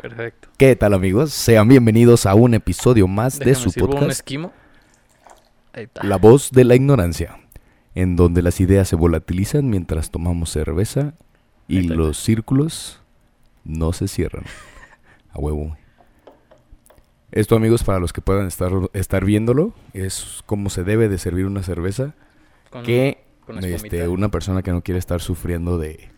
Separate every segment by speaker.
Speaker 1: Perfecto.
Speaker 2: ¿Qué tal, amigos? Sean bienvenidos a un episodio más de
Speaker 1: Déjame
Speaker 2: su
Speaker 1: sirvo un
Speaker 2: podcast,
Speaker 1: esquimo. Ahí está.
Speaker 2: La Voz de la Ignorancia, en donde las ideas se volatilizan mientras tomamos cerveza y
Speaker 1: Ahí está.
Speaker 2: los círculos no se cierran. A huevo. Esto, amigos, para los que puedan estar, estar viéndolo, es como se debe de servir una cerveza.
Speaker 1: Con-
Speaker 2: que
Speaker 1: con
Speaker 2: este,
Speaker 1: espumita.
Speaker 2: una persona que no quiere estar sufriendo de,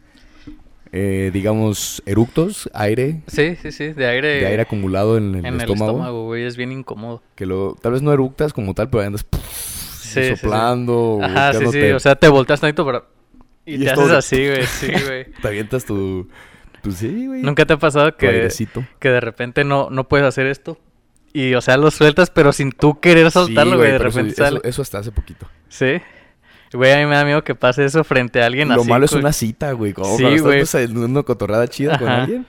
Speaker 2: eh, digamos, eructos, aire,
Speaker 1: Sí, sí, sí, de aire,
Speaker 2: de aire acumulado en el,
Speaker 1: Eh, en
Speaker 2: estómago,
Speaker 1: el estómago, güey, es bien incómodo.
Speaker 2: que lo, tal vez no eructas como tal, pero andas
Speaker 1: Sí, sí, sí.
Speaker 2: soplando, o
Speaker 1: Ajá, sí, sí,
Speaker 2: golpeándote,
Speaker 1: o sea, te volteas tantito para... Y,
Speaker 2: Y
Speaker 1: te
Speaker 2: es
Speaker 1: haces
Speaker 2: todo-
Speaker 1: así, güey, sí, güey.
Speaker 2: te avientas tu, tu sí, güey,
Speaker 1: ¿Nunca te ha pasado
Speaker 2: tu
Speaker 1: que,
Speaker 2: airecito.
Speaker 1: que de repente no, no puedes hacer esto? Y, o sea, lo sueltas, pero sin tú querer soltarlo,
Speaker 2: Sí,
Speaker 1: güey, de
Speaker 2: pero eso-
Speaker 1: repente
Speaker 2: eso,
Speaker 1: sale.
Speaker 2: eso hasta hace poquito.
Speaker 1: Sí. Güey, a mí me da miedo que pase eso frente a alguien
Speaker 2: Lo
Speaker 1: así.
Speaker 2: malo es
Speaker 1: güey.
Speaker 2: una cita, güey, como
Speaker 1: Sí,
Speaker 2: cuando estás
Speaker 1: güey.
Speaker 2: pues, en una cotorrada chida con
Speaker 1: Ajá.
Speaker 2: alguien.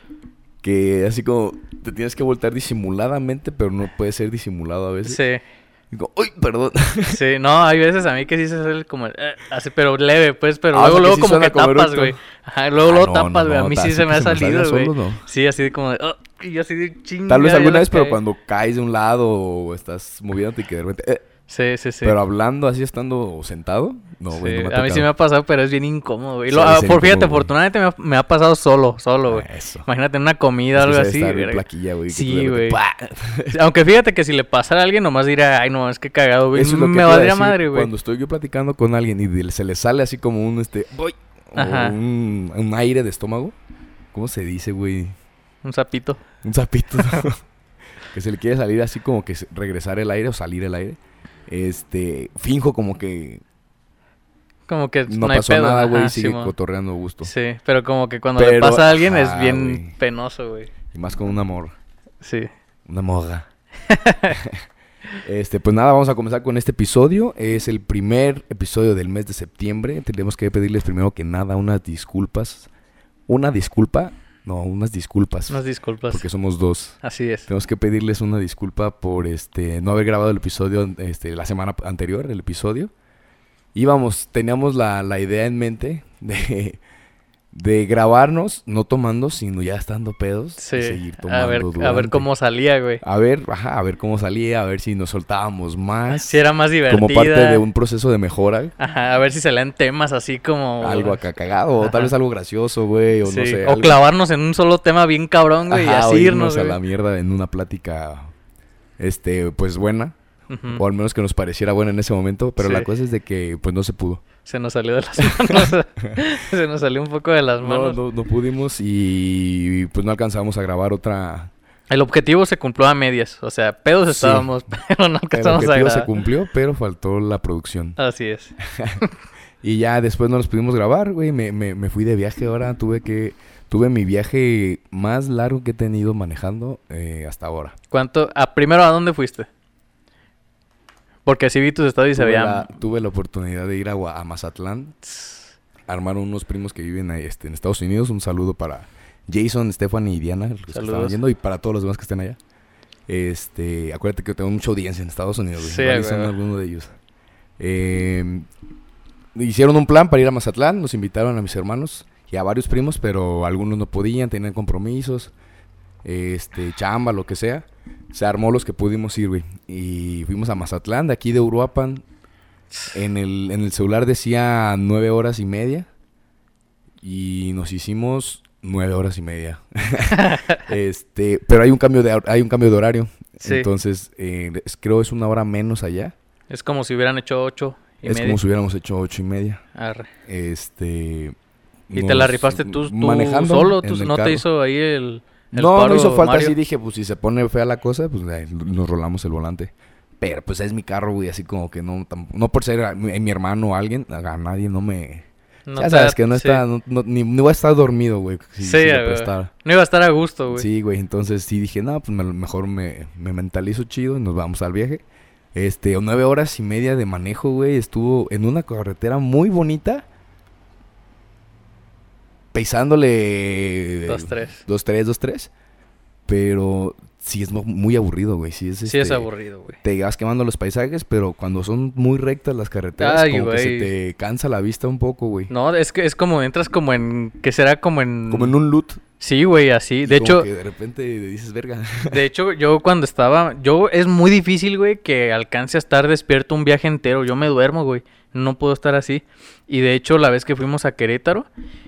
Speaker 2: Que así como te tienes que voltear disimuladamente, pero no puede ser disimulado a veces.
Speaker 1: Sí,
Speaker 2: Digo, uy, perdón.
Speaker 1: sí, no, hay veces a mí que sí se sale como el, eh, así, pero leve, pues, pero
Speaker 2: Ah,
Speaker 1: luego,
Speaker 2: o sea, que
Speaker 1: luego
Speaker 2: sí
Speaker 1: como
Speaker 2: suena
Speaker 1: que
Speaker 2: como
Speaker 1: tapas,
Speaker 2: eructo.
Speaker 1: güey. Ajá, luego, luego
Speaker 2: Ah, no,
Speaker 1: tapas,
Speaker 2: no,
Speaker 1: güey,
Speaker 2: no,
Speaker 1: a mí
Speaker 2: así
Speaker 1: sí se
Speaker 2: que
Speaker 1: me ha
Speaker 2: se me salga
Speaker 1: salido, güey.
Speaker 2: solo, no.
Speaker 1: Sí, así de como de, "Ah", y así de chinga.
Speaker 2: Tal vez
Speaker 1: ya
Speaker 2: alguna
Speaker 1: la
Speaker 2: vez, pero
Speaker 1: cagué".
Speaker 2: cuando caes de un lado o estás moviéndote y que de repente... eh,
Speaker 1: Sí, sí, sí.
Speaker 2: Pero hablando así, estando sentado... No, güey,
Speaker 1: Sí,
Speaker 2: no me ha
Speaker 1: a mí sí me
Speaker 2: tocado.
Speaker 1: ha pasado, pero es bien incómodo, güey.
Speaker 2: Sí,
Speaker 1: Lo-
Speaker 2: ha de
Speaker 1: ah,
Speaker 2: ser
Speaker 1: por fíjate,
Speaker 2: incómodo, güey.
Speaker 1: afortunadamente me ha, me ha pasado solo, solo, güey.
Speaker 2: Ah, Eso.
Speaker 1: Imagínate en una comida o
Speaker 2: Es que
Speaker 1: algo
Speaker 2: se debe
Speaker 1: así.
Speaker 2: estar bien
Speaker 1: verga.
Speaker 2: plaquilla, güey. que tú
Speaker 1: Sí,
Speaker 2: de repente,
Speaker 1: güey.
Speaker 2: ¡pah!
Speaker 1: Aunque fíjate que si le pasara a alguien, nomás dirá, ay, no, es que cagado, güey.
Speaker 2: Eso es lo que te
Speaker 1: Pues me
Speaker 2: iba a
Speaker 1: valdría
Speaker 2: decir,
Speaker 1: madre, güey.
Speaker 2: Cuando estoy yo platicando con alguien y de- se le sale así como un, este... Voy, o
Speaker 1: Ajá.
Speaker 2: un, un aire de estómago. ¿Cómo se dice, güey?
Speaker 1: Un sapito.
Speaker 2: Un sapito. ¿no? que se le quiere salir así como que se- regresar el aire o salir el aire. Este... Finjo como que
Speaker 1: Como que
Speaker 2: no,
Speaker 1: no, hay
Speaker 2: pasó
Speaker 1: pedo.
Speaker 2: nada, güey.
Speaker 1: ajá,
Speaker 2: sigue
Speaker 1: Simón.
Speaker 2: cotorreando a gusto.
Speaker 1: Sí, pero como que cuando le
Speaker 2: Pero,
Speaker 1: pasa a alguien es
Speaker 2: ajá,
Speaker 1: bien
Speaker 2: güey.
Speaker 1: penoso, güey.
Speaker 2: Y más con un amor.
Speaker 1: Sí.
Speaker 2: Una morra. este, pues nada, vamos a comenzar con este episodio. Es el primer episodio del mes de septiembre. Tenemos que pedirles primero que nada unas disculpas. Una disculpa. No, unas disculpas.
Speaker 1: Unas disculpas.
Speaker 2: Porque somos dos.
Speaker 1: Así es.
Speaker 2: Tenemos que pedirles una disculpa por este no haber grabado el episodio este, la semana anterior, el episodio. Íbamos, teníamos la, la idea en mente de, de grabarnos, no tomando, sino ya estando pedos. y
Speaker 1: Sí.
Speaker 2: seguir
Speaker 1: A ver,
Speaker 2: tomando
Speaker 1: a ver
Speaker 2: durante.
Speaker 1: cómo salía, güey.
Speaker 2: A ver, ajá, a ver cómo salía, a ver si nos soltábamos más.
Speaker 1: Si era más divertida.
Speaker 2: Ah, como parte de un proceso de mejora.
Speaker 1: Ajá, a ver si salían temas así como...
Speaker 2: Algo acá cagado, o tal
Speaker 1: Oh, Ajá.
Speaker 2: vez algo gracioso, güey, o no
Speaker 1: Sí,
Speaker 2: sé.
Speaker 1: o
Speaker 2: algo-
Speaker 1: clavarnos en un solo tema bien cabrón, güey, y
Speaker 2: Ajá, o
Speaker 1: así irnos,
Speaker 2: a
Speaker 1: güey.
Speaker 2: la mierda en una plática, este, pues buena.
Speaker 1: Ujú.
Speaker 2: O al menos que nos pareciera buena en ese momento, pero
Speaker 1: Sí.
Speaker 2: la cosa es de que, pues no se pudo.
Speaker 1: Se nos salió de las manos. Se nos salió un poco de las
Speaker 2: No,
Speaker 1: manos.
Speaker 2: no, no pudimos y pues no alcanzamos a grabar otra.
Speaker 1: El objetivo se cumplió a medias. O sea, pedos
Speaker 2: Sí.
Speaker 1: estábamos, pero no
Speaker 2: El
Speaker 1: alcanzamos a
Speaker 2: objetivo se
Speaker 1: grabar.
Speaker 2: cumplió, pero faltó la producción.
Speaker 1: Así es.
Speaker 2: Y ya después no los pudimos grabar, güey. Me, me, me fui de viaje ahora. Tuve que... Tuve mi viaje más largo que he tenido manejando eh, hasta ahora.
Speaker 1: ¿Cuánto? A, primero, ¿a dónde fuiste? Porque si vi tus estados y se
Speaker 2: tuve,
Speaker 1: veían...
Speaker 2: la, tuve la oportunidad de ir a, Gua- a Mazatlán. Armaron unos primos que viven ahí, este, en Estados Unidos. Un saludo para Jason, Stephanie y Diana. los que estaban
Speaker 1: Saludos.
Speaker 2: yendo, y para todos los demás que estén allá. Este, acuérdate que tengo mucha audiencia en Estados Unidos. güey.
Speaker 1: Sí,
Speaker 2: Igual y
Speaker 1: güey.
Speaker 2: son alguno de ellos. Eh, hicieron un plan para ir a Mazatlán, nos invitaron a mis hermanos y a varios primos, pero algunos no podían, tenían compromisos, este, chamba, lo que sea. Se armó los que pudimos ir, güey. Y fuimos a Mazatlán, de aquí de Uruapan. En el, en el celular decía nueve horas y media. Y nos hicimos nueve horas y media. este, pero hay un cambio de, hor- hay un cambio de horario.
Speaker 1: Sí.
Speaker 2: Entonces, eh, es- creo es una hora menos allá.
Speaker 1: Es como si hubieran hecho ocho y
Speaker 2: es
Speaker 1: media.
Speaker 2: como si hubiéramos hecho ocho y media.
Speaker 1: Arre.
Speaker 2: Este.
Speaker 1: Y te la
Speaker 2: nos-
Speaker 1: rifaste tú, tú
Speaker 2: manejando
Speaker 1: solo.
Speaker 2: en
Speaker 1: tú-
Speaker 2: el
Speaker 1: no
Speaker 2: carro.
Speaker 1: te hizo ahí el... el
Speaker 2: no,
Speaker 1: paro,
Speaker 2: no hizo falta.
Speaker 1: Mario?
Speaker 2: Así dije, pues si se pone fea la cosa, pues ay, nos rolamos el volante. Pero pues es mi carro, güey, así como que no, tam- no por ser a- mi, mi hermano o alguien, a a nadie no me...
Speaker 1: No
Speaker 2: ya
Speaker 1: te
Speaker 2: sabes
Speaker 1: da-
Speaker 2: que no
Speaker 1: sí.
Speaker 2: está, no, no- ni, ni voy a estar dormido, güey. si-
Speaker 1: Sí,
Speaker 2: si le
Speaker 1: güey.
Speaker 2: prestara.
Speaker 1: No iba a estar a gusto, güey.
Speaker 2: Sí, güey, entonces sí dije, no, pues me- mejor me, me mentalizo chido y nos vamos al viaje. Este, nueve horas y media de manejo, güey, estuvo en una carretera muy bonita. Pisándole...
Speaker 1: Dos, tres.
Speaker 2: Dos, tres, dos, tres. Pero sí es mu- muy aburrido, güey. Sí es,
Speaker 1: Sí, es
Speaker 2: este,
Speaker 1: aburrido, güey.
Speaker 2: Te vas quemando los paisajes, pero cuando son muy rectas las carreteras,
Speaker 1: Ay,
Speaker 2: como que se
Speaker 1: güey.
Speaker 2: te cansa la vista un poco, güey.
Speaker 1: No, es que es como entras como en. que será como en.
Speaker 2: Como en un loot.
Speaker 1: Sí, güey, así.
Speaker 2: Y
Speaker 1: De
Speaker 2: como
Speaker 1: hecho,
Speaker 2: que de repente dices, verga.
Speaker 1: de hecho, yo cuando estaba, yo es muy difícil, güey, que alcance a estar despierto un viaje entero. Yo me duermo, güey. No puedo estar así. Y de hecho, la vez que fuimos a Querétaro,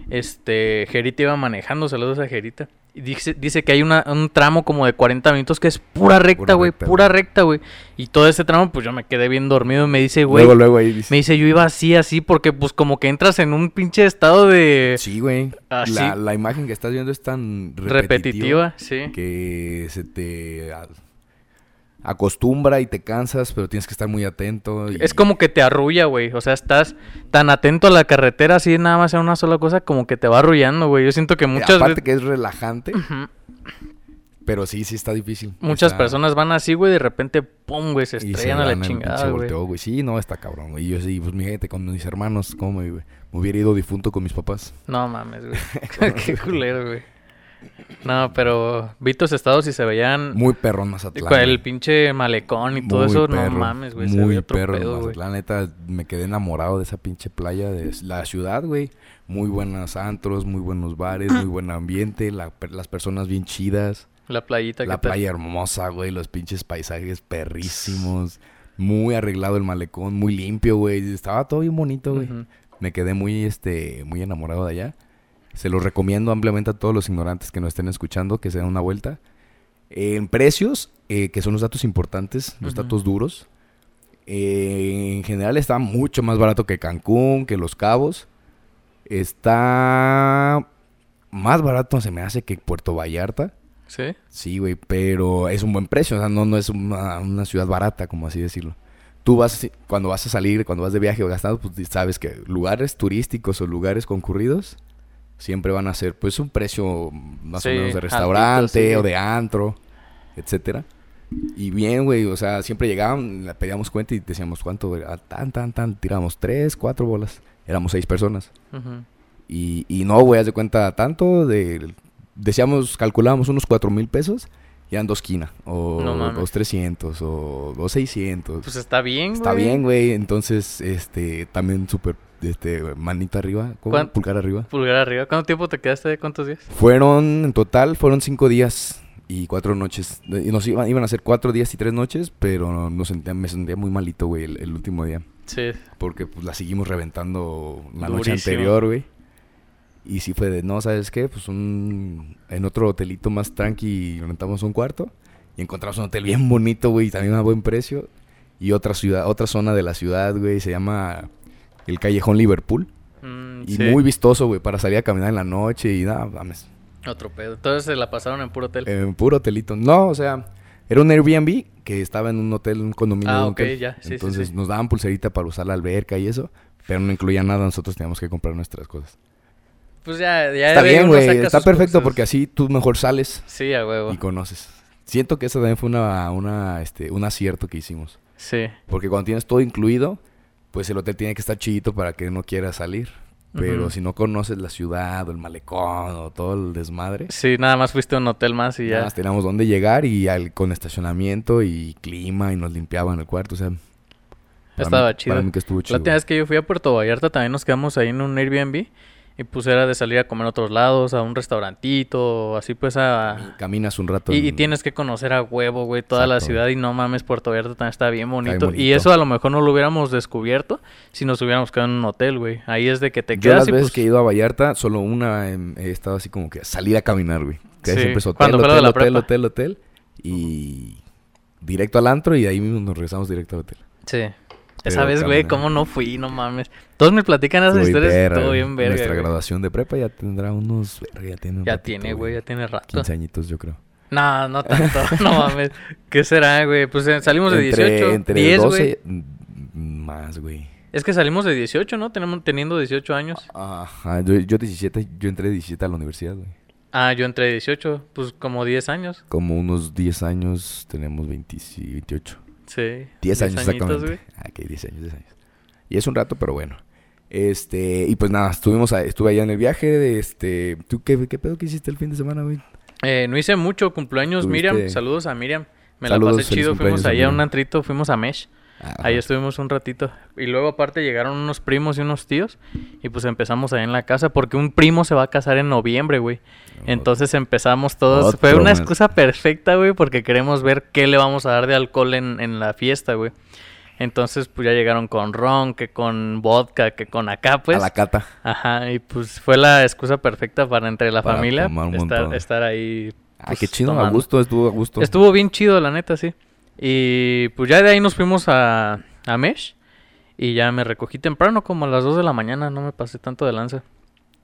Speaker 1: este, Gerita iba manejando, saludos a Gerita. Y dice, dice que hay una, un tramo como de 40 minutos que es pura recta,
Speaker 2: Pura
Speaker 1: güey,
Speaker 2: recta,
Speaker 1: pura
Speaker 2: güey.
Speaker 1: recta, güey. Y todo ese tramo, pues yo me quedé bien dormido y me dice, güey,
Speaker 2: luego, luego ahí dices.
Speaker 1: me dice, yo iba así, así, porque pues como que entras en un pinche estado de
Speaker 2: Sí, güey.
Speaker 1: Ah,
Speaker 2: La,
Speaker 1: sí.
Speaker 2: la imagen que estás viendo es tan repetitiva,
Speaker 1: repetitiva, sí.
Speaker 2: que se te a- acostumbra y te cansas, pero tienes que estar muy atento. y-
Speaker 1: Es como que te arrulla, güey. O sea, estás tan atento a la carretera, así nada más a una sola cosa, como que te va arrullando, güey. Yo siento que
Speaker 2: eh,
Speaker 1: muchas
Speaker 2: Aparte
Speaker 1: ve-
Speaker 2: que es relajante,
Speaker 1: Ujú.
Speaker 2: pero sí, sí está difícil.
Speaker 1: Muchas
Speaker 2: Está-
Speaker 1: personas van así, güey, de repente, pum, güey, se
Speaker 2: y se
Speaker 1: estrellan a
Speaker 2: dan
Speaker 1: la
Speaker 2: el pinche
Speaker 1: chingada, güey.
Speaker 2: volteo, güey. Sí, no, está cabrón, güey. Yo sí, pues mi gente, con mis hermanos, ¿cómo me, me hubiera ido difunto con mis papás?
Speaker 1: No mames, güey. Qué culero, güey. No, pero vi tus estados y se veían
Speaker 2: Muy perrón Mazatlán.
Speaker 1: con el
Speaker 2: güey.
Speaker 1: pinche malecón y todo
Speaker 2: Muy
Speaker 1: eso,
Speaker 2: perro,
Speaker 1: no mames, güey. se
Speaker 2: Muy
Speaker 1: veía otro
Speaker 2: perro
Speaker 1: pedo, güey.
Speaker 2: Mazatlán, neta, me quedé enamorado de esa pinche playa de la ciudad, güey. Muy buenos antros, muy buenos bares, muy buen ambiente, la per- las personas bien chidas.
Speaker 1: La playita que
Speaker 2: La
Speaker 1: te-
Speaker 2: playa hermosa, güey. Los pinches paisajes perrísimos. Muy arreglado el malecón, muy limpio, güey. Estaba todo bien bonito, güey.
Speaker 1: Ujú.
Speaker 2: Me quedé muy, este, muy enamorado de allá. Se los recomiendo ampliamente a todos los ignorantes que nos estén escuchando que se den una vuelta. En precios, eh, que son los datos importantes, los
Speaker 1: Ujú.
Speaker 2: datos duros. eh, en general está mucho más barato que Cancún, que Los Cabos. Está más barato, se me hace, que Puerto Vallarta.
Speaker 1: ¿Sí?
Speaker 2: Sí, güey, pero es un buen precio, o sea, no, no es una, una ciudad barata, como así decirlo. Tú vas, cuando vas a salir, cuando vas de viaje o gastado, pues sabes que lugares turísticos o lugares concurridos siempre van a ser, pues, un precio más
Speaker 1: Sí,
Speaker 2: o menos
Speaker 1: altito,
Speaker 2: de restaurante
Speaker 1: sí.
Speaker 2: o de antro, etcétera. Y bien, güey, o sea, siempre llegaban, la pedíamos cuenta y decíamos cuánto, güey? Ah, tan, tan, tan, tiramos tres, cuatro bolas, éramos seis personas.
Speaker 1: Ujú.
Speaker 2: Y, y no, güey, haz de cuenta tanto de... Decíamos, calculábamos unos cuatro mil pesos y eran dos quina. O
Speaker 1: No mames.
Speaker 2: dos trescientos o dos seiscientos.
Speaker 1: Pues está bien, güey.
Speaker 2: Está bien, güey. Entonces, este, también súper, este, manito arriba. ¿cómo?
Speaker 1: ¿Cuán-
Speaker 2: Pulgar arriba.
Speaker 1: Pulgar arriba. ¿Cuánto tiempo te quedaste? ¿Cuántos días?
Speaker 2: Fueron, en total, fueron cinco días y cuatro noches. Y Nos iban, iban a ser cuatro días y tres noches, pero nos sentía- me sentía muy malito, güey, el- el último día.
Speaker 1: Sí.
Speaker 2: Porque pues, la seguimos reventando la noche
Speaker 1: Durísimo.
Speaker 2: anterior, güey. Y sí fue de, no, ¿sabes qué? Pues un... En otro hotelito más tranqui rentamos un cuarto. Y encontramos un hotel bien bonito, güey. y También a buen precio. Y otra ciudad, otra zona de la ciudad, güey. Se llama el Callejón Liverpool.
Speaker 1: Mm,
Speaker 2: Y
Speaker 1: sí.
Speaker 2: muy vistoso, güey. Para salir a caminar en la noche y nada, mames.
Speaker 1: Otro pedo. Entonces se la pasaron en puro hotel.
Speaker 2: En Eh, puro hotelito. No, o sea, era un Airbnb que estaba en un hotel, un condominio.
Speaker 1: Ah,
Speaker 2: de un
Speaker 1: ok,
Speaker 2: hotel.
Speaker 1: ya, sí, sí,
Speaker 2: Entonces
Speaker 1: sí.
Speaker 2: nos daban pulserita para usar la alberca y eso, pero no incluía nada, nosotros teníamos que comprar nuestras cosas.
Speaker 1: pues ya, ya.
Speaker 2: está
Speaker 1: de ahí
Speaker 2: bien,
Speaker 1: uno
Speaker 2: güey,
Speaker 1: saca
Speaker 2: está
Speaker 1: sus
Speaker 2: perfecto
Speaker 1: cosas. Ah.
Speaker 2: porque así tú mejor sales
Speaker 1: Sí, a huevo.
Speaker 2: y conoces. Siento que eso también fue una, una, este, un acierto que hicimos.
Speaker 1: Sí.
Speaker 2: Porque cuando tienes todo incluido, pues el hotel tiene que estar chidito para que no quieras salir. Pero
Speaker 1: Ujú.
Speaker 2: si no conoces la ciudad o el malecón o todo el desmadre,
Speaker 1: Sí, nada más fuiste a un hotel más y
Speaker 2: Nada
Speaker 1: ya.
Speaker 2: más teníamos dónde llegar y al- con estacionamiento y clima y nos limpiaban el cuarto, o sea. para
Speaker 1: Estaba
Speaker 2: mí-
Speaker 1: chido.
Speaker 2: Para mí que estuvo chido.
Speaker 1: La última vez que yo fui a Puerto Vallarta también nos quedamos ahí en un Airbnb. Y pues era de salir a comer a otros lados, a un restaurantito, así pues a...
Speaker 2: Caminas un rato.
Speaker 1: Y, y
Speaker 2: en-
Speaker 1: tienes que conocer a huevo, güey, toda la
Speaker 2: Exacto.
Speaker 1: ciudad. Y no mames, Puerto Vallarta también está bien bonito. Y
Speaker 2: bonito.
Speaker 1: eso a lo mejor no lo hubiéramos descubierto si nos hubiéramos quedado en un hotel, güey. Ahí es de que te
Speaker 2: Yo
Speaker 1: quedas
Speaker 2: las
Speaker 1: y
Speaker 2: veces
Speaker 1: pues...
Speaker 2: que he ido a Vallarta, solo una em, he estado así como que salir a caminar, güey. Que
Speaker 1: Sí,
Speaker 2: siempre es hotel,
Speaker 1: cuando fue lo de
Speaker 2: hotel,
Speaker 1: la
Speaker 2: hotel,
Speaker 1: prepa.
Speaker 2: hotel, hotel. Y directo al antro y de ahí mismo nos regresamos directo al hotel.
Speaker 1: Sí. Esa
Speaker 2: Pero
Speaker 1: vez, güey,
Speaker 2: caminando.
Speaker 1: cómo no fui, no mames. Todos me platican esas
Speaker 2: Estuvo bien
Speaker 1: historias y
Speaker 2: verga,
Speaker 1: todo
Speaker 2: güey.
Speaker 1: bien verga.
Speaker 2: Nuestra
Speaker 1: güey.
Speaker 2: graduación de prepa ya tendrá unos... verga, Ya tiene, un
Speaker 1: Ya
Speaker 2: ratito,
Speaker 1: tiene, güey, ya tiene rato.
Speaker 2: 15 añitos, yo creo.
Speaker 1: No, no tanto, no mames. ¿Qué será, güey? Pues eh, salimos de 18,
Speaker 2: entre
Speaker 1: 10,
Speaker 2: 12...
Speaker 1: güey.
Speaker 2: mm, Más, güey.
Speaker 1: Es que salimos de 18, ¿no? Tenemos teniendo 18 años.
Speaker 2: Ajá, yo, yo 17, yo entré 17 a la universidad, güey.
Speaker 1: Ah, yo entré 18, pues como 10 años.
Speaker 2: Como unos 10 años, tenemos 20, sí, 28.
Speaker 1: Sí. 10,
Speaker 2: 10 años
Speaker 1: añitos,
Speaker 2: exactamente. Ah, ok, 10 años, 10 años. Y es un rato, pero bueno. Este, y pues nada, estuvimos a- estuve allá en el viaje, de este, ¿tú qué, qué pedo que hiciste el fin de semana, güey?
Speaker 1: Eh, no hice mucho cumpleaños, Miriam.
Speaker 2: Tuviste-
Speaker 1: Saludos a Miriam. Me
Speaker 2: Saludos,
Speaker 1: la pasé
Speaker 2: feliz
Speaker 1: chido. Fuimos
Speaker 2: cumpleaños a
Speaker 1: allá a un
Speaker 2: Miriam.
Speaker 1: antrito, fuimos a Mesh.
Speaker 2: Ah,
Speaker 1: Ahí estuvimos un ratito. Y luego aparte llegaron unos primos y unos tíos. Y pues empezamos ahí en la casa. Porque un primo se va a casar en noviembre, güey. Entonces empezamos todos.
Speaker 2: Otro
Speaker 1: Fue una
Speaker 2: mes.
Speaker 1: excusa perfecta, güey. Porque queremos ver qué le vamos a dar de alcohol en, en la fiesta, güey. Entonces pues ya llegaron con ron, que con vodka, que con acá, pues.
Speaker 2: a la cata.
Speaker 1: Ajá, y pues fue la excusa perfecta para entre la
Speaker 2: Para
Speaker 1: familia
Speaker 2: tomar un
Speaker 1: estar,
Speaker 2: montón.
Speaker 1: estar ahí.
Speaker 2: Ah,
Speaker 1: pues,
Speaker 2: qué chido, a
Speaker 1: tomando.
Speaker 2: gusto, estuvo a gusto.
Speaker 1: Estuvo bien chido, la neta, sí. Y pues ya de ahí nos fuimos a, a Mesh. Y ya me recogí temprano, como a las 2 de la mañana, no me pasé tanto de lanza.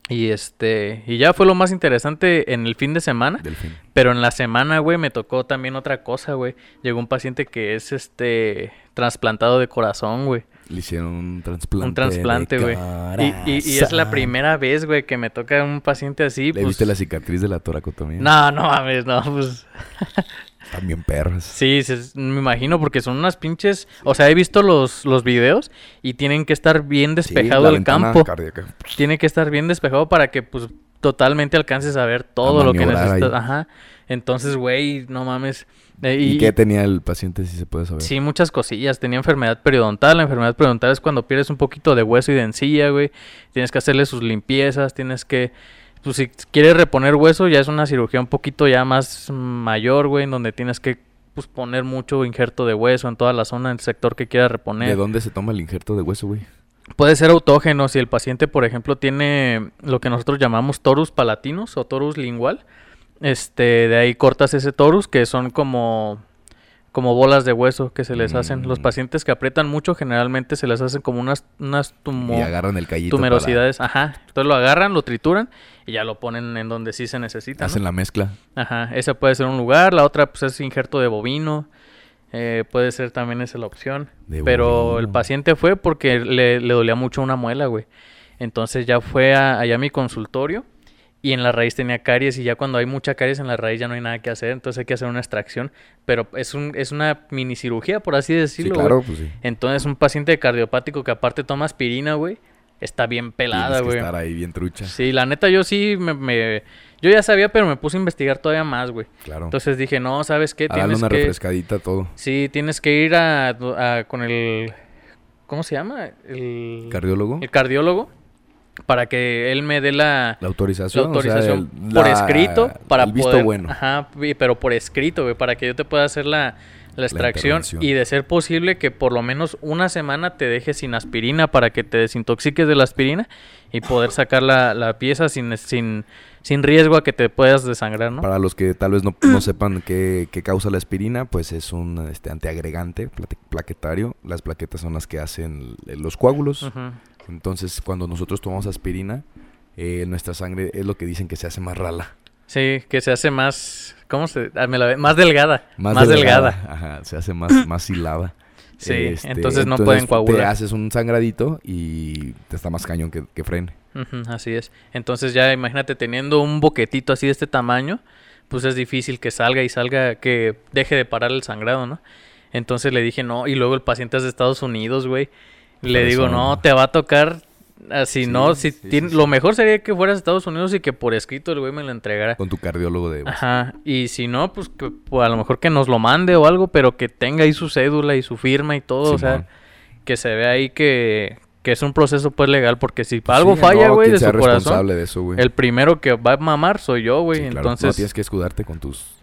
Speaker 1: Y este, y ya fue lo más interesante en el fin de semana.
Speaker 2: Del fin.
Speaker 1: Pero en la semana, güey, me tocó también otra cosa, güey. Llegó un paciente que es este trasplantado de corazón, güey.
Speaker 2: Le hicieron un trasplante.
Speaker 1: Un trasplante,
Speaker 2: de
Speaker 1: güey. Y, y- y es la
Speaker 2: corazón.
Speaker 1: primera vez, güey, que me toca un paciente así.
Speaker 2: ¿Le
Speaker 1: pues,
Speaker 2: viste la cicatriz de la toracotomía?
Speaker 1: No, no mames, no, pues.
Speaker 2: Están bien perras.
Speaker 1: Sí, se- me imagino, porque son unas pinches. O sea, he visto los, los videos y tienen que estar bien despejado
Speaker 2: la
Speaker 1: el
Speaker 2: ventana
Speaker 1: campo.
Speaker 2: pues. cardíaca.
Speaker 1: Tiene que estar bien despejado para que, pues, totalmente alcances a ver todo lo que
Speaker 2: maniobrar
Speaker 1: necesitas.
Speaker 2: ahí.
Speaker 1: Ajá. Entonces, güey, no mames. Eh,
Speaker 2: ¿Y, qué tenía el paciente, si se puede saber?
Speaker 1: Sí, muchas cosillas. Tenía enfermedad periodontal. La enfermedad periodontal es cuando pierdes un poquito de hueso y de encilla, güey. Tienes que hacerle sus limpiezas, tienes que... Pues si quieres reponer hueso, ya es una cirugía un poquito ya más mayor, güey, en donde tienes que pues, poner mucho injerto de hueso en toda la zona, en el sector que quieras reponer.
Speaker 2: ¿De dónde se toma el injerto de hueso, güey?
Speaker 1: Puede ser autógeno si el paciente, por ejemplo, tiene lo que nosotros llamamos torus palatinos o torus lingual. Este, de ahí cortas ese torus que son como como bolas de hueso que se les hacen. Los
Speaker 2: Mm.
Speaker 1: pacientes que aprietan mucho generalmente se les hacen como unas unas tumo-
Speaker 2: Y agarran el callito. para-
Speaker 1: tumerosidades, ajá. Entonces lo agarran, lo trituran y ya lo ponen en donde sí se necesita. ¿no?
Speaker 2: Hacen la mezcla.
Speaker 1: Ajá, esa puede ser un lugar, la otra pues es injerto de bovino, eh, puede ser también esa la opción.
Speaker 2: De
Speaker 1: Pero el
Speaker 2: bovino.
Speaker 1: paciente fue porque le, le dolía mucho una muela, güey. Entonces ya fue a- allá a mi consultorio y en la raíz tenía caries y ya cuando hay mucha caries en la raíz ya no hay nada que hacer, entonces hay que hacer una extracción. Pero es, un, es una mini cirugía, por así
Speaker 2: Sí,
Speaker 1: decirlo. güey.
Speaker 2: claro, pues sí.
Speaker 1: Entonces un paciente cardiopático que aparte toma aspirina, güey, está bien pelada,
Speaker 2: Tienes que
Speaker 1: güey.
Speaker 2: estar ahí bien trucha.
Speaker 1: Sí, la neta yo sí me, me- Yo ya sabía, pero me puse a investigar todavía más, güey.
Speaker 2: Claro.
Speaker 1: Entonces dije, no, ¿sabes qué?
Speaker 2: a darle
Speaker 1: Tienes
Speaker 2: una
Speaker 1: que...
Speaker 2: refrescadita a todo.
Speaker 1: Sí, tienes que ir a, a- con el... ¿Cómo se llama? El,
Speaker 2: ¿Cardiólogo?
Speaker 1: el cardiólogo para que él me dé la,
Speaker 2: La
Speaker 1: la
Speaker 2: autorización. o sea,
Speaker 1: autorización
Speaker 2: el-
Speaker 1: por
Speaker 2: la-
Speaker 1: escrito para
Speaker 2: el visto
Speaker 1: poder...
Speaker 2: bueno.
Speaker 1: Ajá, vi- pero por escrito, güey, para que yo te pueda hacer la, la extracción
Speaker 2: intervención.
Speaker 1: y de ser posible que por lo menos una semana te deje sin aspirina para que te desintoxiques de la aspirina y poder sacar la, la pieza sin, sin, sin riesgo a que te puedas desangrar, ¿no?
Speaker 2: Para los que tal vez no, no sepan qué, qué causa la aspirina, pues es un este, antiagregante plate- plaquetario. Las plaquetas son las que hacen l- los coágulos.
Speaker 1: Ujú.
Speaker 2: Entonces, cuando nosotros tomamos aspirina, eh, nuestra sangre es lo que dicen que se hace más rala.
Speaker 1: Sí, que se hace más, ¿cómo se? ah, me la- más delgada, más, delgada.
Speaker 2: delgada. Ajá, se hace más, más hilada.
Speaker 1: Sí,
Speaker 2: Este,
Speaker 1: entonces no pueden
Speaker 2: Te
Speaker 1: coagular.
Speaker 2: haces un sangradito y te está más cañón que, que frene.
Speaker 1: Ujú, así es. Entonces ya imagínate teniendo un boquetito así de este tamaño, pues es difícil que salga y salga, que deje de parar el sangrado, ¿no? Entonces le dije no, y luego el paciente es de Estados Unidos, güey. Le
Speaker 2: Por
Speaker 1: digo,
Speaker 2: eso.
Speaker 1: no, te va a tocar, así
Speaker 2: Sí,
Speaker 1: no, si
Speaker 2: sí, sí,
Speaker 1: tien-
Speaker 2: sí.
Speaker 1: lo mejor sería que fueras a Estados Unidos y que por escrito el güey me lo entregara.
Speaker 2: Con tu cardiólogo de...
Speaker 1: Ajá, y si no, pues, que- pues, a lo mejor que nos lo mande o algo, pero que tenga ahí su cédula y su firma y todo, o sea,
Speaker 2: Simón.
Speaker 1: que se vea ahí que, que es un proceso pues legal, porque si
Speaker 2: Pues
Speaker 1: algo
Speaker 2: sí,
Speaker 1: falla,
Speaker 2: no,
Speaker 1: güey,
Speaker 2: quien
Speaker 1: de
Speaker 2: sea
Speaker 1: su corazón,
Speaker 2: responsable de eso, güey.
Speaker 1: el primero que va a mamar soy yo, güey,
Speaker 2: Sí, claro. No
Speaker 1: entonces
Speaker 2: tienes que escudarte con tus...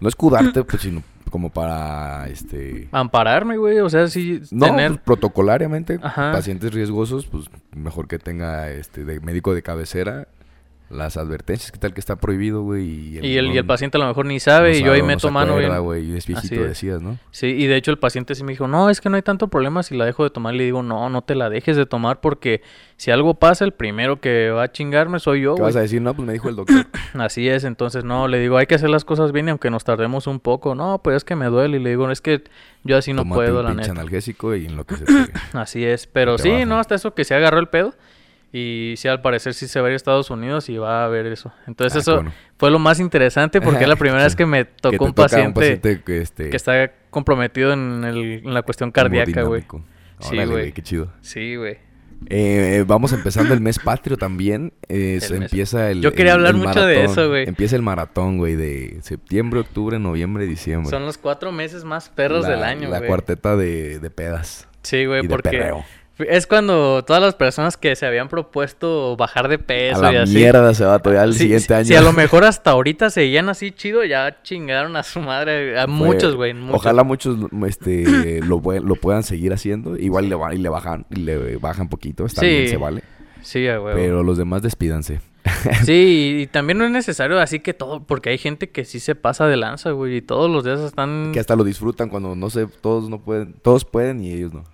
Speaker 2: No escudarte, pues, sino como para, este...
Speaker 1: ampararme, güey, o sea, sí
Speaker 2: No,
Speaker 1: tener...
Speaker 2: pues, protocolariamente,
Speaker 1: Ajá.
Speaker 2: pacientes riesgosos, pues mejor que tenga este de médico de cabecera las advertencias, qué tal que está prohibido, güey.
Speaker 1: Y el, y el
Speaker 2: no-
Speaker 1: paciente a lo mejor ni
Speaker 2: no
Speaker 1: sabe y yo ahí
Speaker 2: no
Speaker 1: meto
Speaker 2: se
Speaker 1: mano,
Speaker 2: acuerda,
Speaker 1: güey.
Speaker 2: güey. Y es
Speaker 1: Así
Speaker 2: viejito,
Speaker 1: es.
Speaker 2: decías, ¿no?
Speaker 1: Sí, y de hecho el paciente sí me dijo, no, es que no hay tanto problema si la dejo de tomar. Le digo, no, no te la dejes de tomar porque si algo pasa, el primero que va a chingarme soy yo,
Speaker 2: ¿Qué
Speaker 1: Oh, güey.
Speaker 2: vas a decir? No, pues me dijo el doctor.
Speaker 1: Así es, entonces no, le digo, hay que hacer las cosas bien y aunque nos tardemos un poco, no, pues es que me duele y le digo, es que yo así no
Speaker 2: Tómate
Speaker 1: puedo,
Speaker 2: un
Speaker 1: la
Speaker 2: pinche
Speaker 1: neta.
Speaker 2: analgésico y en lo que se te...
Speaker 1: Así es, pero
Speaker 2: te
Speaker 1: sí,
Speaker 2: baja.
Speaker 1: no, hasta eso que se agarró el pedo y sí, al parecer sí se va a ir a Estados Unidos y va a ver eso. Entonces
Speaker 2: Ah,
Speaker 1: Pues eso
Speaker 2: qué bueno.
Speaker 1: fue lo más interesante porque es la primera vez que me tocó
Speaker 2: que te
Speaker 1: un,
Speaker 2: toca
Speaker 1: paciente
Speaker 2: que, este,
Speaker 1: que está comprometido en, el- en la cuestión cardíaca, güey.
Speaker 2: hemodinámico.
Speaker 1: Sí,
Speaker 2: Órale,
Speaker 1: güey.
Speaker 2: güey, qué chido.
Speaker 1: Sí, güey.
Speaker 2: Eh, vamos empezando el mes patrio también. Eh, se
Speaker 1: mes.
Speaker 2: empieza el.
Speaker 1: Yo quería
Speaker 2: el-
Speaker 1: hablar
Speaker 2: el
Speaker 1: mucho de
Speaker 2: maratón.
Speaker 1: eso, güey.
Speaker 2: Empieza el maratón, güey, de septiembre, octubre, noviembre, diciembre.
Speaker 1: Son los cuatro meses más perros
Speaker 2: La-
Speaker 1: del año,
Speaker 2: La
Speaker 1: güey.
Speaker 2: cuarteta de, de pedas.
Speaker 1: Sí, güey,
Speaker 2: y de
Speaker 1: porque
Speaker 2: perreo.
Speaker 1: es cuando todas las personas que se habían propuesto bajar de peso
Speaker 2: a la
Speaker 1: y así.
Speaker 2: mierda se va todavía al
Speaker 1: Sí,
Speaker 2: siguiente
Speaker 1: sí,
Speaker 2: año.
Speaker 1: Si a lo mejor hasta ahorita seguían así chido, ya chingaron a su madre. A
Speaker 2: Fue-
Speaker 1: muchos, güey. muchos.
Speaker 2: Ojalá muchos este, lo, pue- lo puedan seguir haciendo. Igual le, va- y le bajan y le bajan poquito. Está
Speaker 1: Sí,
Speaker 2: bien, se vale.
Speaker 1: Sí, a huevo.
Speaker 2: Pero los demás despídanse.
Speaker 1: Sí, y, y también no es necesario así que todo, porque hay gente que sí se pasa de lanza, güey, y todos los días están...
Speaker 2: Que hasta lo disfrutan cuando no sé, todos no pueden, todos pueden y ellos no.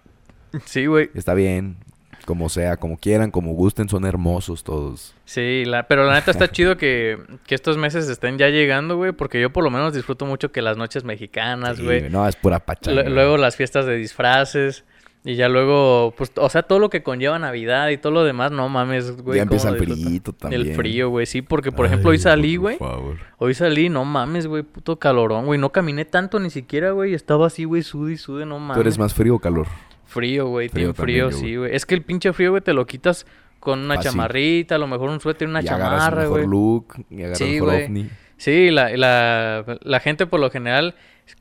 Speaker 1: Sí, güey.
Speaker 2: Está bien, como sea, como quieran, como gusten, son hermosos todos.
Speaker 1: Sí, la... pero la neta está chido que, que estos meses estén ya llegando, güey, porque yo por lo menos disfruto mucho que las noches mexicanas,
Speaker 2: Sí,
Speaker 1: güey.
Speaker 2: no, es pura pacha.
Speaker 1: Lue- Luego las fiestas de disfraces. Y ya luego, pues, o sea, todo lo que conlleva Navidad y todo lo demás, no mames, güey.
Speaker 2: Ya
Speaker 1: cómo
Speaker 2: empieza
Speaker 1: lo
Speaker 2: el
Speaker 1: disfruto.
Speaker 2: frillito también.
Speaker 1: El frío, güey, sí, porque por ejemplo hoy salí, güey.
Speaker 2: Por favor.
Speaker 1: Hoy salí, no mames, güey, puto calorón, güey. No caminé tanto ni siquiera, güey. Estaba así, güey, sude y sude, no mames.
Speaker 2: ¿Tú eres más frío o calor?
Speaker 1: Frío, güey, team
Speaker 2: Frío
Speaker 1: frío,
Speaker 2: también yo,
Speaker 1: sí, güey. Es que el pinche frío, güey, te lo quitas con una
Speaker 2: Fácil.
Speaker 1: chamarrita, a lo mejor un suéter, una
Speaker 2: y agarras un
Speaker 1: chamarra,
Speaker 2: mejor
Speaker 1: güey.
Speaker 2: look, y agarras
Speaker 1: Sí,
Speaker 2: mejor
Speaker 1: güey.
Speaker 2: ovni.
Speaker 1: Sí, la, la, la gente por lo general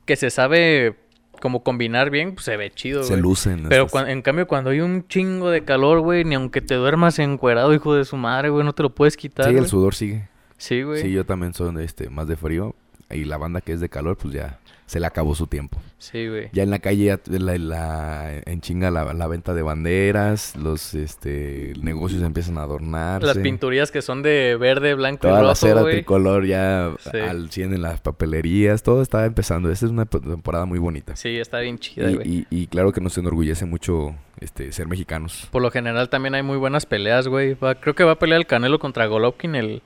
Speaker 1: que se sabe como combinar bien, pues se ve chido,
Speaker 2: Se
Speaker 1: güey.
Speaker 2: lucen.
Speaker 1: Pero
Speaker 2: estas-
Speaker 1: cuan- en cambio, cuando hay un chingo de calor, güey, ni aunque te duermas encuerado, hijo de su madre, güey, no te lo puedes quitar.
Speaker 2: Sí, el
Speaker 1: güey.
Speaker 2: sudor sigue.
Speaker 1: Sí, güey.
Speaker 2: Sí, yo también soy de este, más de frío. Y la banda que es de calor, pues ya se le acabó su tiempo.
Speaker 1: Sí, güey.
Speaker 2: Ya en la calle, ya la, la- en chinga la, la venta de banderas, los este, negocios empiezan a adornarse.
Speaker 1: Las pinturías que son de verde, blanco
Speaker 2: Toda
Speaker 1: y
Speaker 2: la
Speaker 1: rojo,
Speaker 2: cera
Speaker 1: güey.
Speaker 2: tricolor ya
Speaker 1: Sí.
Speaker 2: al 100 en las papelerías, todo está empezando. Esta es una p- temporada muy bonita.
Speaker 1: Sí, está bien chida, güey.
Speaker 2: Y, y- y claro que nos enorgullece mucho este, ser mexicanos.
Speaker 1: Por lo general también hay muy buenas peleas, güey. Va- Creo que va a pelear el Canelo contra Golovkin el...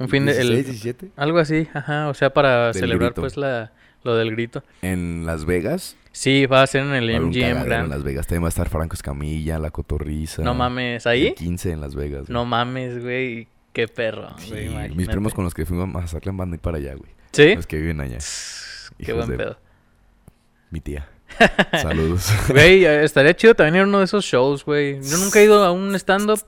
Speaker 1: Un fin de... el-
Speaker 2: 16, 17.
Speaker 1: algo así, ajá. O sea, para
Speaker 2: Del
Speaker 1: celebrar,
Speaker 2: grito.
Speaker 1: pues, la, lo del grito.
Speaker 2: En Las Vegas.
Speaker 1: Sí, va a ser en el
Speaker 2: va a haber un
Speaker 1: MGM
Speaker 2: cagadero en
Speaker 1: Grand.
Speaker 2: Las Vegas también va a estar Franco Escamilla, La Cotorriza.
Speaker 1: No mames,
Speaker 2: El
Speaker 1: ¿ahí?
Speaker 2: 15 en Las Vegas.
Speaker 1: No
Speaker 2: güey.
Speaker 1: mames, güey. Qué perro,
Speaker 2: Sí,
Speaker 1: güey,
Speaker 2: mis
Speaker 1: imagínate.
Speaker 2: primos con los que fuimos a Mazatlán van a ir para allá, güey.
Speaker 1: ¿Sí?
Speaker 2: Los que viven allá.
Speaker 1: Qué
Speaker 2: Hijos
Speaker 1: buen
Speaker 2: de-
Speaker 1: pedo.
Speaker 2: Mi tía. Saludos.
Speaker 1: Güey, eh, estaría chido también ir a uno de esos shows, güey. Yo nunca he ido a un stand-up.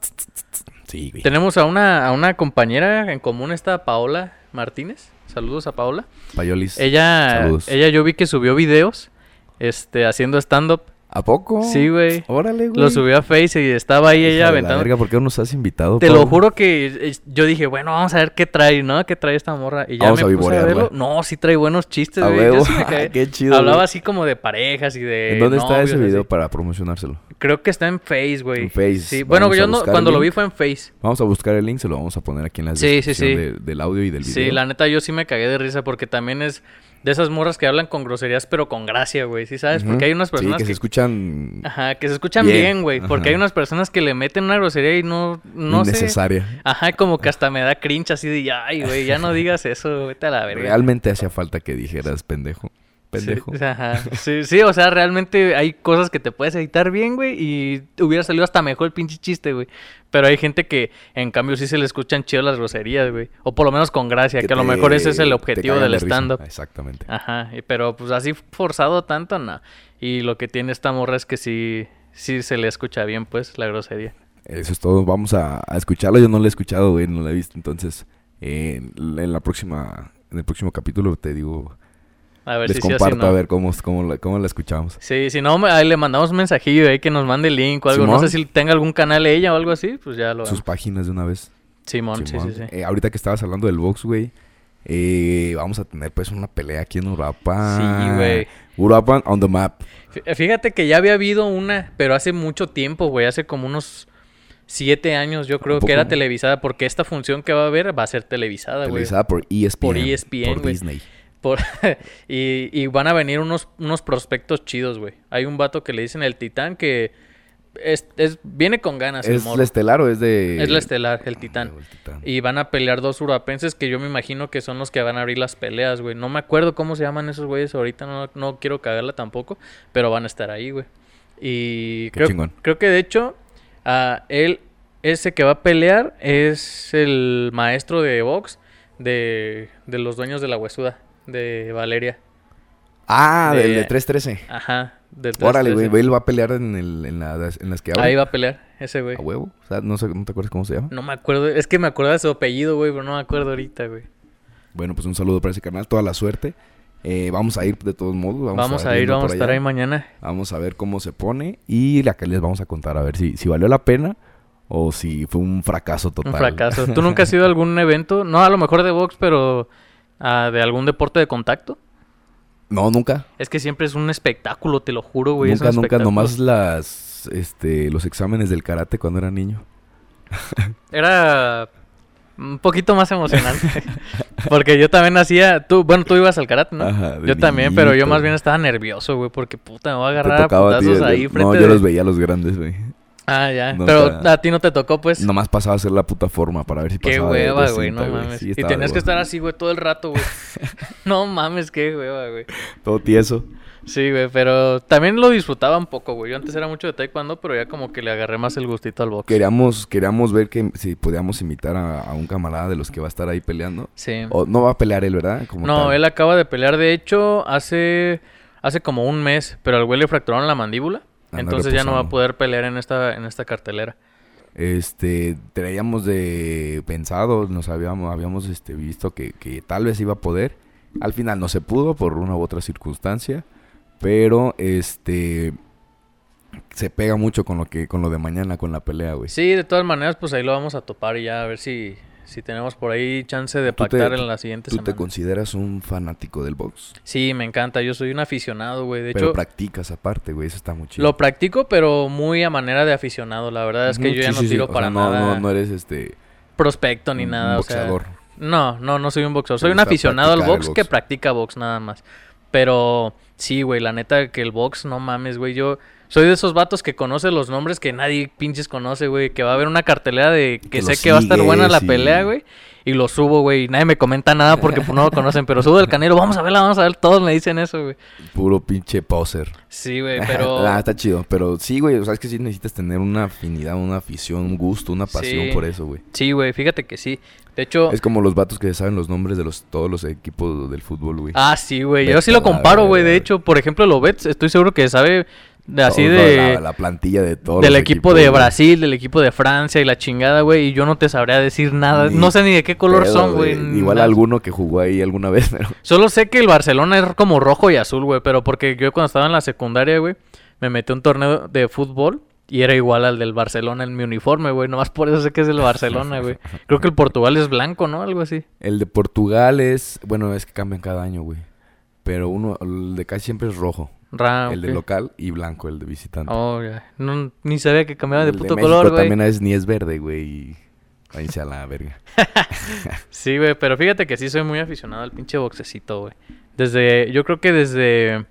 Speaker 2: Sí, güey.
Speaker 1: Tenemos a una, a una compañera en común, esta Paola Martínez. Saludos a Paola.
Speaker 2: Payolis.
Speaker 1: Ella,
Speaker 2: Saludos.
Speaker 1: ella yo vi que subió videos este, haciendo stand-up.
Speaker 2: ¿A poco?
Speaker 1: Sí, güey.
Speaker 2: Órale, Oh, güey.
Speaker 1: Lo subió a Face y estaba ahí ella aventando.
Speaker 2: ¿Por qué no nos has invitado?
Speaker 1: Te lo
Speaker 2: Pablo?
Speaker 1: juro que eh, yo dije, bueno, vamos a ver qué trae, ¿no? ¿Qué trae esta morra? Y ya
Speaker 2: Vamos
Speaker 1: me puse
Speaker 2: a
Speaker 1: a
Speaker 2: vivorearla.
Speaker 1: verlo. No, sí trae buenos chistes,
Speaker 2: A
Speaker 1: güey. Yo
Speaker 2: huevo.
Speaker 1: sí me eh, caí.
Speaker 2: Qué chido.
Speaker 1: Hablaba
Speaker 2: güey.
Speaker 1: así como de parejas y de.
Speaker 2: ¿En dónde está
Speaker 1: novios,
Speaker 2: ese video
Speaker 1: así.
Speaker 2: para promocionárselo?
Speaker 1: Creo que está en Face, güey.
Speaker 2: En Face.
Speaker 1: Sí, bueno,
Speaker 2: Vamos a
Speaker 1: yo no,
Speaker 2: buscar el
Speaker 1: cuando lo vi
Speaker 2: link.
Speaker 1: fue en Face.
Speaker 2: Vamos a buscar el link, se lo vamos a poner aquí en la
Speaker 1: Sí, sí,
Speaker 2: descripción
Speaker 1: sí.
Speaker 2: de- del audio y del video.
Speaker 1: Sí, la neta yo sí me cagué de risa porque también es de esas morras que hablan con groserías pero con gracia, güey. ¿Sí sabes?
Speaker 2: Ujú.
Speaker 1: Porque hay unas
Speaker 2: Sí,
Speaker 1: personas
Speaker 2: que,
Speaker 1: que, Ah,
Speaker 2: se escuchan
Speaker 1: ajá, que se escuchan
Speaker 2: Bien.
Speaker 1: bien, güey. Porque hay
Speaker 2: Ajá.
Speaker 1: unas personas que le meten una grosería y no, no sé.
Speaker 2: innecesaria.
Speaker 1: Ajá, como que hasta me da cringe así de, ay, güey, ya no digas eso, vete a la verga.
Speaker 2: Realmente hacía falta que dijeras pendejo.
Speaker 1: Sí,
Speaker 2: Pendejo.
Speaker 1: o sea, ajá. Sí, sí, o sea, realmente hay cosas que te puedes editar bien, güey, y hubiera salido hasta mejor el pinche chiste, güey. Pero hay gente que, en cambio, sí se le escuchan chido las groserías, güey. O por lo menos con gracia, que, a lo
Speaker 2: te-
Speaker 1: mejor ese es el
Speaker 2: te
Speaker 1: objetivo
Speaker 2: cagan
Speaker 1: del
Speaker 2: de risa.
Speaker 1: stand-up. Ah.
Speaker 2: Exactamente.
Speaker 1: Ajá, y- pero pues así forzado tanto, no. Y lo que tiene esta morra es que sí, sí se le escucha bien, pues, la grosería.
Speaker 2: Eso es todo. Vamos a, a escucharlo. Yo no lo he escuchado, güey. No lo he visto. Entonces, eh, en, en la próxima... En el próximo capítulo te digo...
Speaker 1: A ver
Speaker 2: les
Speaker 1: si sí o si
Speaker 2: comparto
Speaker 1: no.
Speaker 2: a ver cómo, cómo, la, cómo la escuchamos.
Speaker 1: Sí, si no, me- ahí le mandamos un mensajillo ahí que nos mande el link o algo. No
Speaker 2: Simón.
Speaker 1: sé si tenga algún canal ella o algo así, pues ya lo
Speaker 2: Sus
Speaker 1: vemos.
Speaker 2: páginas de una vez.
Speaker 1: Simón,
Speaker 2: Simón.
Speaker 1: sí, sí, sí.
Speaker 2: Eh, ahorita que estabas hablando del box, güey. eh, vamos a tener pues una pelea aquí en Uruapan.
Speaker 1: Sí, güey. Ah,
Speaker 2: Uruapan on the map.
Speaker 1: Fí- Fíjate que ya había habido una, pero hace mucho tiempo, güey, hace como unos siete años, yo creo que era
Speaker 2: poco?
Speaker 1: televisada, porque esta función que va a haber va a ser televisada, güey.
Speaker 2: Realizada por E ESPN.
Speaker 1: Por E ESPN,
Speaker 2: Por
Speaker 1: güey.
Speaker 2: Disney.
Speaker 1: Por- y, y van a venir unos, unos prospectos chidos, güey. Hay un vato que le dicen el titán que es, es- viene con ganas, el
Speaker 2: ¿Es
Speaker 1: Ah, morro.
Speaker 2: la este estelar o es de...?
Speaker 1: es la estelar, el titán.
Speaker 2: Ah, el titán.
Speaker 1: Y van a pelear dos urapenses que yo me imagino que son los que van a abrir las peleas, güey. No me acuerdo cómo se llaman esos güeyes ahorita, no, no quiero cagarla tampoco, pero van a estar ahí, güey. Y
Speaker 2: Qué
Speaker 1: creo,
Speaker 2: chingón.
Speaker 1: creo que de hecho, a él, ese que va a pelear es el maestro de box de, de los dueños de la huesuda, de Valeria.
Speaker 2: Ah,
Speaker 1: de-
Speaker 2: del de 313.
Speaker 1: Ajá, del
Speaker 2: Órale, güey.
Speaker 1: 313.
Speaker 2: Él va Ah, a pelear en, el, en, la- en las que abren.
Speaker 1: Ahí va a pelear. ese güey.
Speaker 2: A huevo. O sea, no, sé, no te acuerdas cómo se llama.
Speaker 1: No me acuerdo, es que me acuerdo de su apellido, güey, pero no me acuerdo ahorita, güey.
Speaker 2: Bueno, pues un saludo para ese canal. Toda la suerte. Eh, vamos a ir de todos modos.
Speaker 1: Vamos, a ir,
Speaker 2: irnos
Speaker 1: vamos
Speaker 2: por
Speaker 1: a estar
Speaker 2: allá.
Speaker 1: ahí mañana.
Speaker 2: Vamos a ver cómo se pone y la que les vamos a contar a ver si, si valió la pena o si fue un fracaso total.
Speaker 1: Un fracaso. ¿Tú nunca has ido a algún evento? No, a lo mejor de box, pero ah, de algún deporte de contacto.
Speaker 2: No, nunca.
Speaker 1: Es que siempre es un espectáculo, te lo juro, güey. es
Speaker 2: nunca,
Speaker 1: un
Speaker 2: nunca.
Speaker 1: espectáculo.
Speaker 2: Nomás las, este, los exámenes del karate cuando era niño.
Speaker 1: Era un poquito más emocionante. porque yo también hacía. Tú, bueno, tú ibas al karate, ¿no?
Speaker 2: Ajá, de
Speaker 1: yo también, pero yo
Speaker 2: niñito,
Speaker 1: más
Speaker 2: güey.
Speaker 1: bien estaba nervioso, güey, porque puta, me voy a
Speaker 2: Te
Speaker 1: agarrar a
Speaker 2: tocaba a ti,
Speaker 1: putazos
Speaker 2: yo-
Speaker 1: ahí
Speaker 2: yo-
Speaker 1: frente.
Speaker 2: No,
Speaker 1: de-
Speaker 2: yo los veía a los grandes, güey.
Speaker 1: Ah, ya.
Speaker 2: no,
Speaker 1: pero
Speaker 2: o sea,
Speaker 1: a ti no te tocó, pues.
Speaker 2: Nomás pasaba a hacer la puta forma para ver si
Speaker 1: Qué
Speaker 2: pasaba de- de
Speaker 1: hueva, güey, no
Speaker 2: cinta,
Speaker 1: mames.
Speaker 2: Sí,
Speaker 1: y
Speaker 2: estaba
Speaker 1: tenías
Speaker 2: de
Speaker 1: que estar
Speaker 2: hueva.
Speaker 1: así, güey, todo el rato, güey. no mames, qué hueva, güey.
Speaker 2: Todo tieso.
Speaker 1: Sí, güey, pero también lo disfrutaba un poco, güey. Yo antes era mucho de taekwondo, pero ya como que le agarré más el gustito al box.
Speaker 2: Queríamos, queríamos ver que si podíamos invitar a, a un camarada de los que va a estar ahí peleando.
Speaker 1: Sí.
Speaker 2: O, no va a pelear él, ¿verdad? Oh, Como
Speaker 1: No,
Speaker 2: tal.
Speaker 1: él acaba de pelear, de hecho, hace, hace como un mes, pero al güey le fracturaron la mandíbula.
Speaker 2: Anda
Speaker 1: entonces ya no va a
Speaker 2: reposando.
Speaker 1: poder pelear en esta, en esta cartelera.
Speaker 2: Este, traíamos de pensado, nos habíamos, habíamos este, visto que, que tal vez iba a poder. Al final no se pudo por una u otra circunstancia, pero este se pega mucho con lo que con lo de mañana con la pelea, güey.
Speaker 1: Sí, de todas maneras, pues ahí lo vamos a topar y ya a ver si, si tenemos por ahí chance de
Speaker 2: ¿Tú te-
Speaker 1: pactar en la siguiente
Speaker 2: ¿Tú te
Speaker 1: semana.
Speaker 2: consideras un fanático del box?
Speaker 1: Sí, me encanta, yo soy un aficionado, güey. De
Speaker 2: pero
Speaker 1: hecho,
Speaker 2: practicas aparte, güey, eso está muy chido.
Speaker 1: lo practico, pero muy a manera de aficionado. La verdad es que
Speaker 2: Ujú,
Speaker 1: yo ya
Speaker 2: sí,
Speaker 1: no
Speaker 2: sí, sí.
Speaker 1: tiro
Speaker 2: O sea,
Speaker 1: para
Speaker 2: no-
Speaker 1: nada.
Speaker 2: No, no eres este
Speaker 1: prospecto ni
Speaker 2: un-
Speaker 1: nada.
Speaker 2: un
Speaker 1: o sea,
Speaker 2: boxeador.
Speaker 1: no, no, no soy un boxeador.
Speaker 2: Te
Speaker 1: Soy un
Speaker 2: gusta
Speaker 1: aficionado al
Speaker 2: practicar el
Speaker 1: box,
Speaker 2: box.
Speaker 1: que practica box nada más. Pero sí, güey, la neta que el box, no mames, güey. Yo soy de esos vatos que conoce los nombres que nadie pinches conoce, güey. Que va a haber una cartelera de que,
Speaker 2: Que
Speaker 1: sé
Speaker 2: los
Speaker 1: que va a estar buena la
Speaker 2: sigues y-
Speaker 1: pelea, güey. Y lo subo, güey. y Nadie me comenta nada porque pues, no lo conocen. Pero subo del canelo, vamos a verla, vamos a ver. Todos me dicen eso, güey.
Speaker 2: Puro pinche poser.
Speaker 1: Sí, güey, pero...
Speaker 2: Ah, está chido. Pero sí, güey, o sea, es que sí necesitas tener una afinidad, una afición, un gusto, una pasión
Speaker 1: Sí.
Speaker 2: por eso, güey.
Speaker 1: Sí, güey, fíjate que sí. De hecho...
Speaker 2: Es como los vatos que saben los nombres de los todos los equipos del fútbol, güey.
Speaker 1: Ah, sí, güey. Yo
Speaker 2: Vete
Speaker 1: sí
Speaker 2: a
Speaker 1: lo
Speaker 2: la
Speaker 1: comparo, güey. De
Speaker 2: verga.
Speaker 1: hecho, por ejemplo, lo Betts, estoy seguro que sabe de, así
Speaker 2: Todo-
Speaker 1: de...
Speaker 2: La, la plantilla de todos
Speaker 1: del
Speaker 2: los
Speaker 1: equipo
Speaker 2: equipos,
Speaker 1: de
Speaker 2: güey.
Speaker 1: Brasil, del equipo de Francia y la chingada, güey. Y yo no te sabría decir nada.
Speaker 2: Ni
Speaker 1: no sé ni de qué color
Speaker 2: Pedo,
Speaker 1: son, güey.
Speaker 2: Igual
Speaker 1: nada.
Speaker 2: alguno que jugó ahí alguna vez, pero...
Speaker 1: Solo sé que el Barcelona es como rojo y azul, güey. Pero porque yo cuando estaba en la secundaria, güey, me metí a un torneo de fútbol y era igual al del Barcelona en mi uniforme, güey. Nomás por eso sé que es del Barcelona, güey. Creo que el Portugal es blanco, ¿no? Algo así.
Speaker 2: El de Portugal es... Bueno, es que cambian cada año, güey. Pero uno... El de acá siempre es rojo.
Speaker 1: Ra,
Speaker 2: el de
Speaker 1: Ah, ok.
Speaker 2: local y blanco, el de visitante.
Speaker 1: Oh, ya. No, ni sabía que cambiaba de
Speaker 2: El
Speaker 1: puto
Speaker 2: México
Speaker 1: color, güey.
Speaker 2: también es ni es verde, güey. y Váyanse a la verga.
Speaker 1: Sí, güey, pero fíjate que sí soy muy aficionado al pinche boxecito, güey. Desde, yo creo que desde,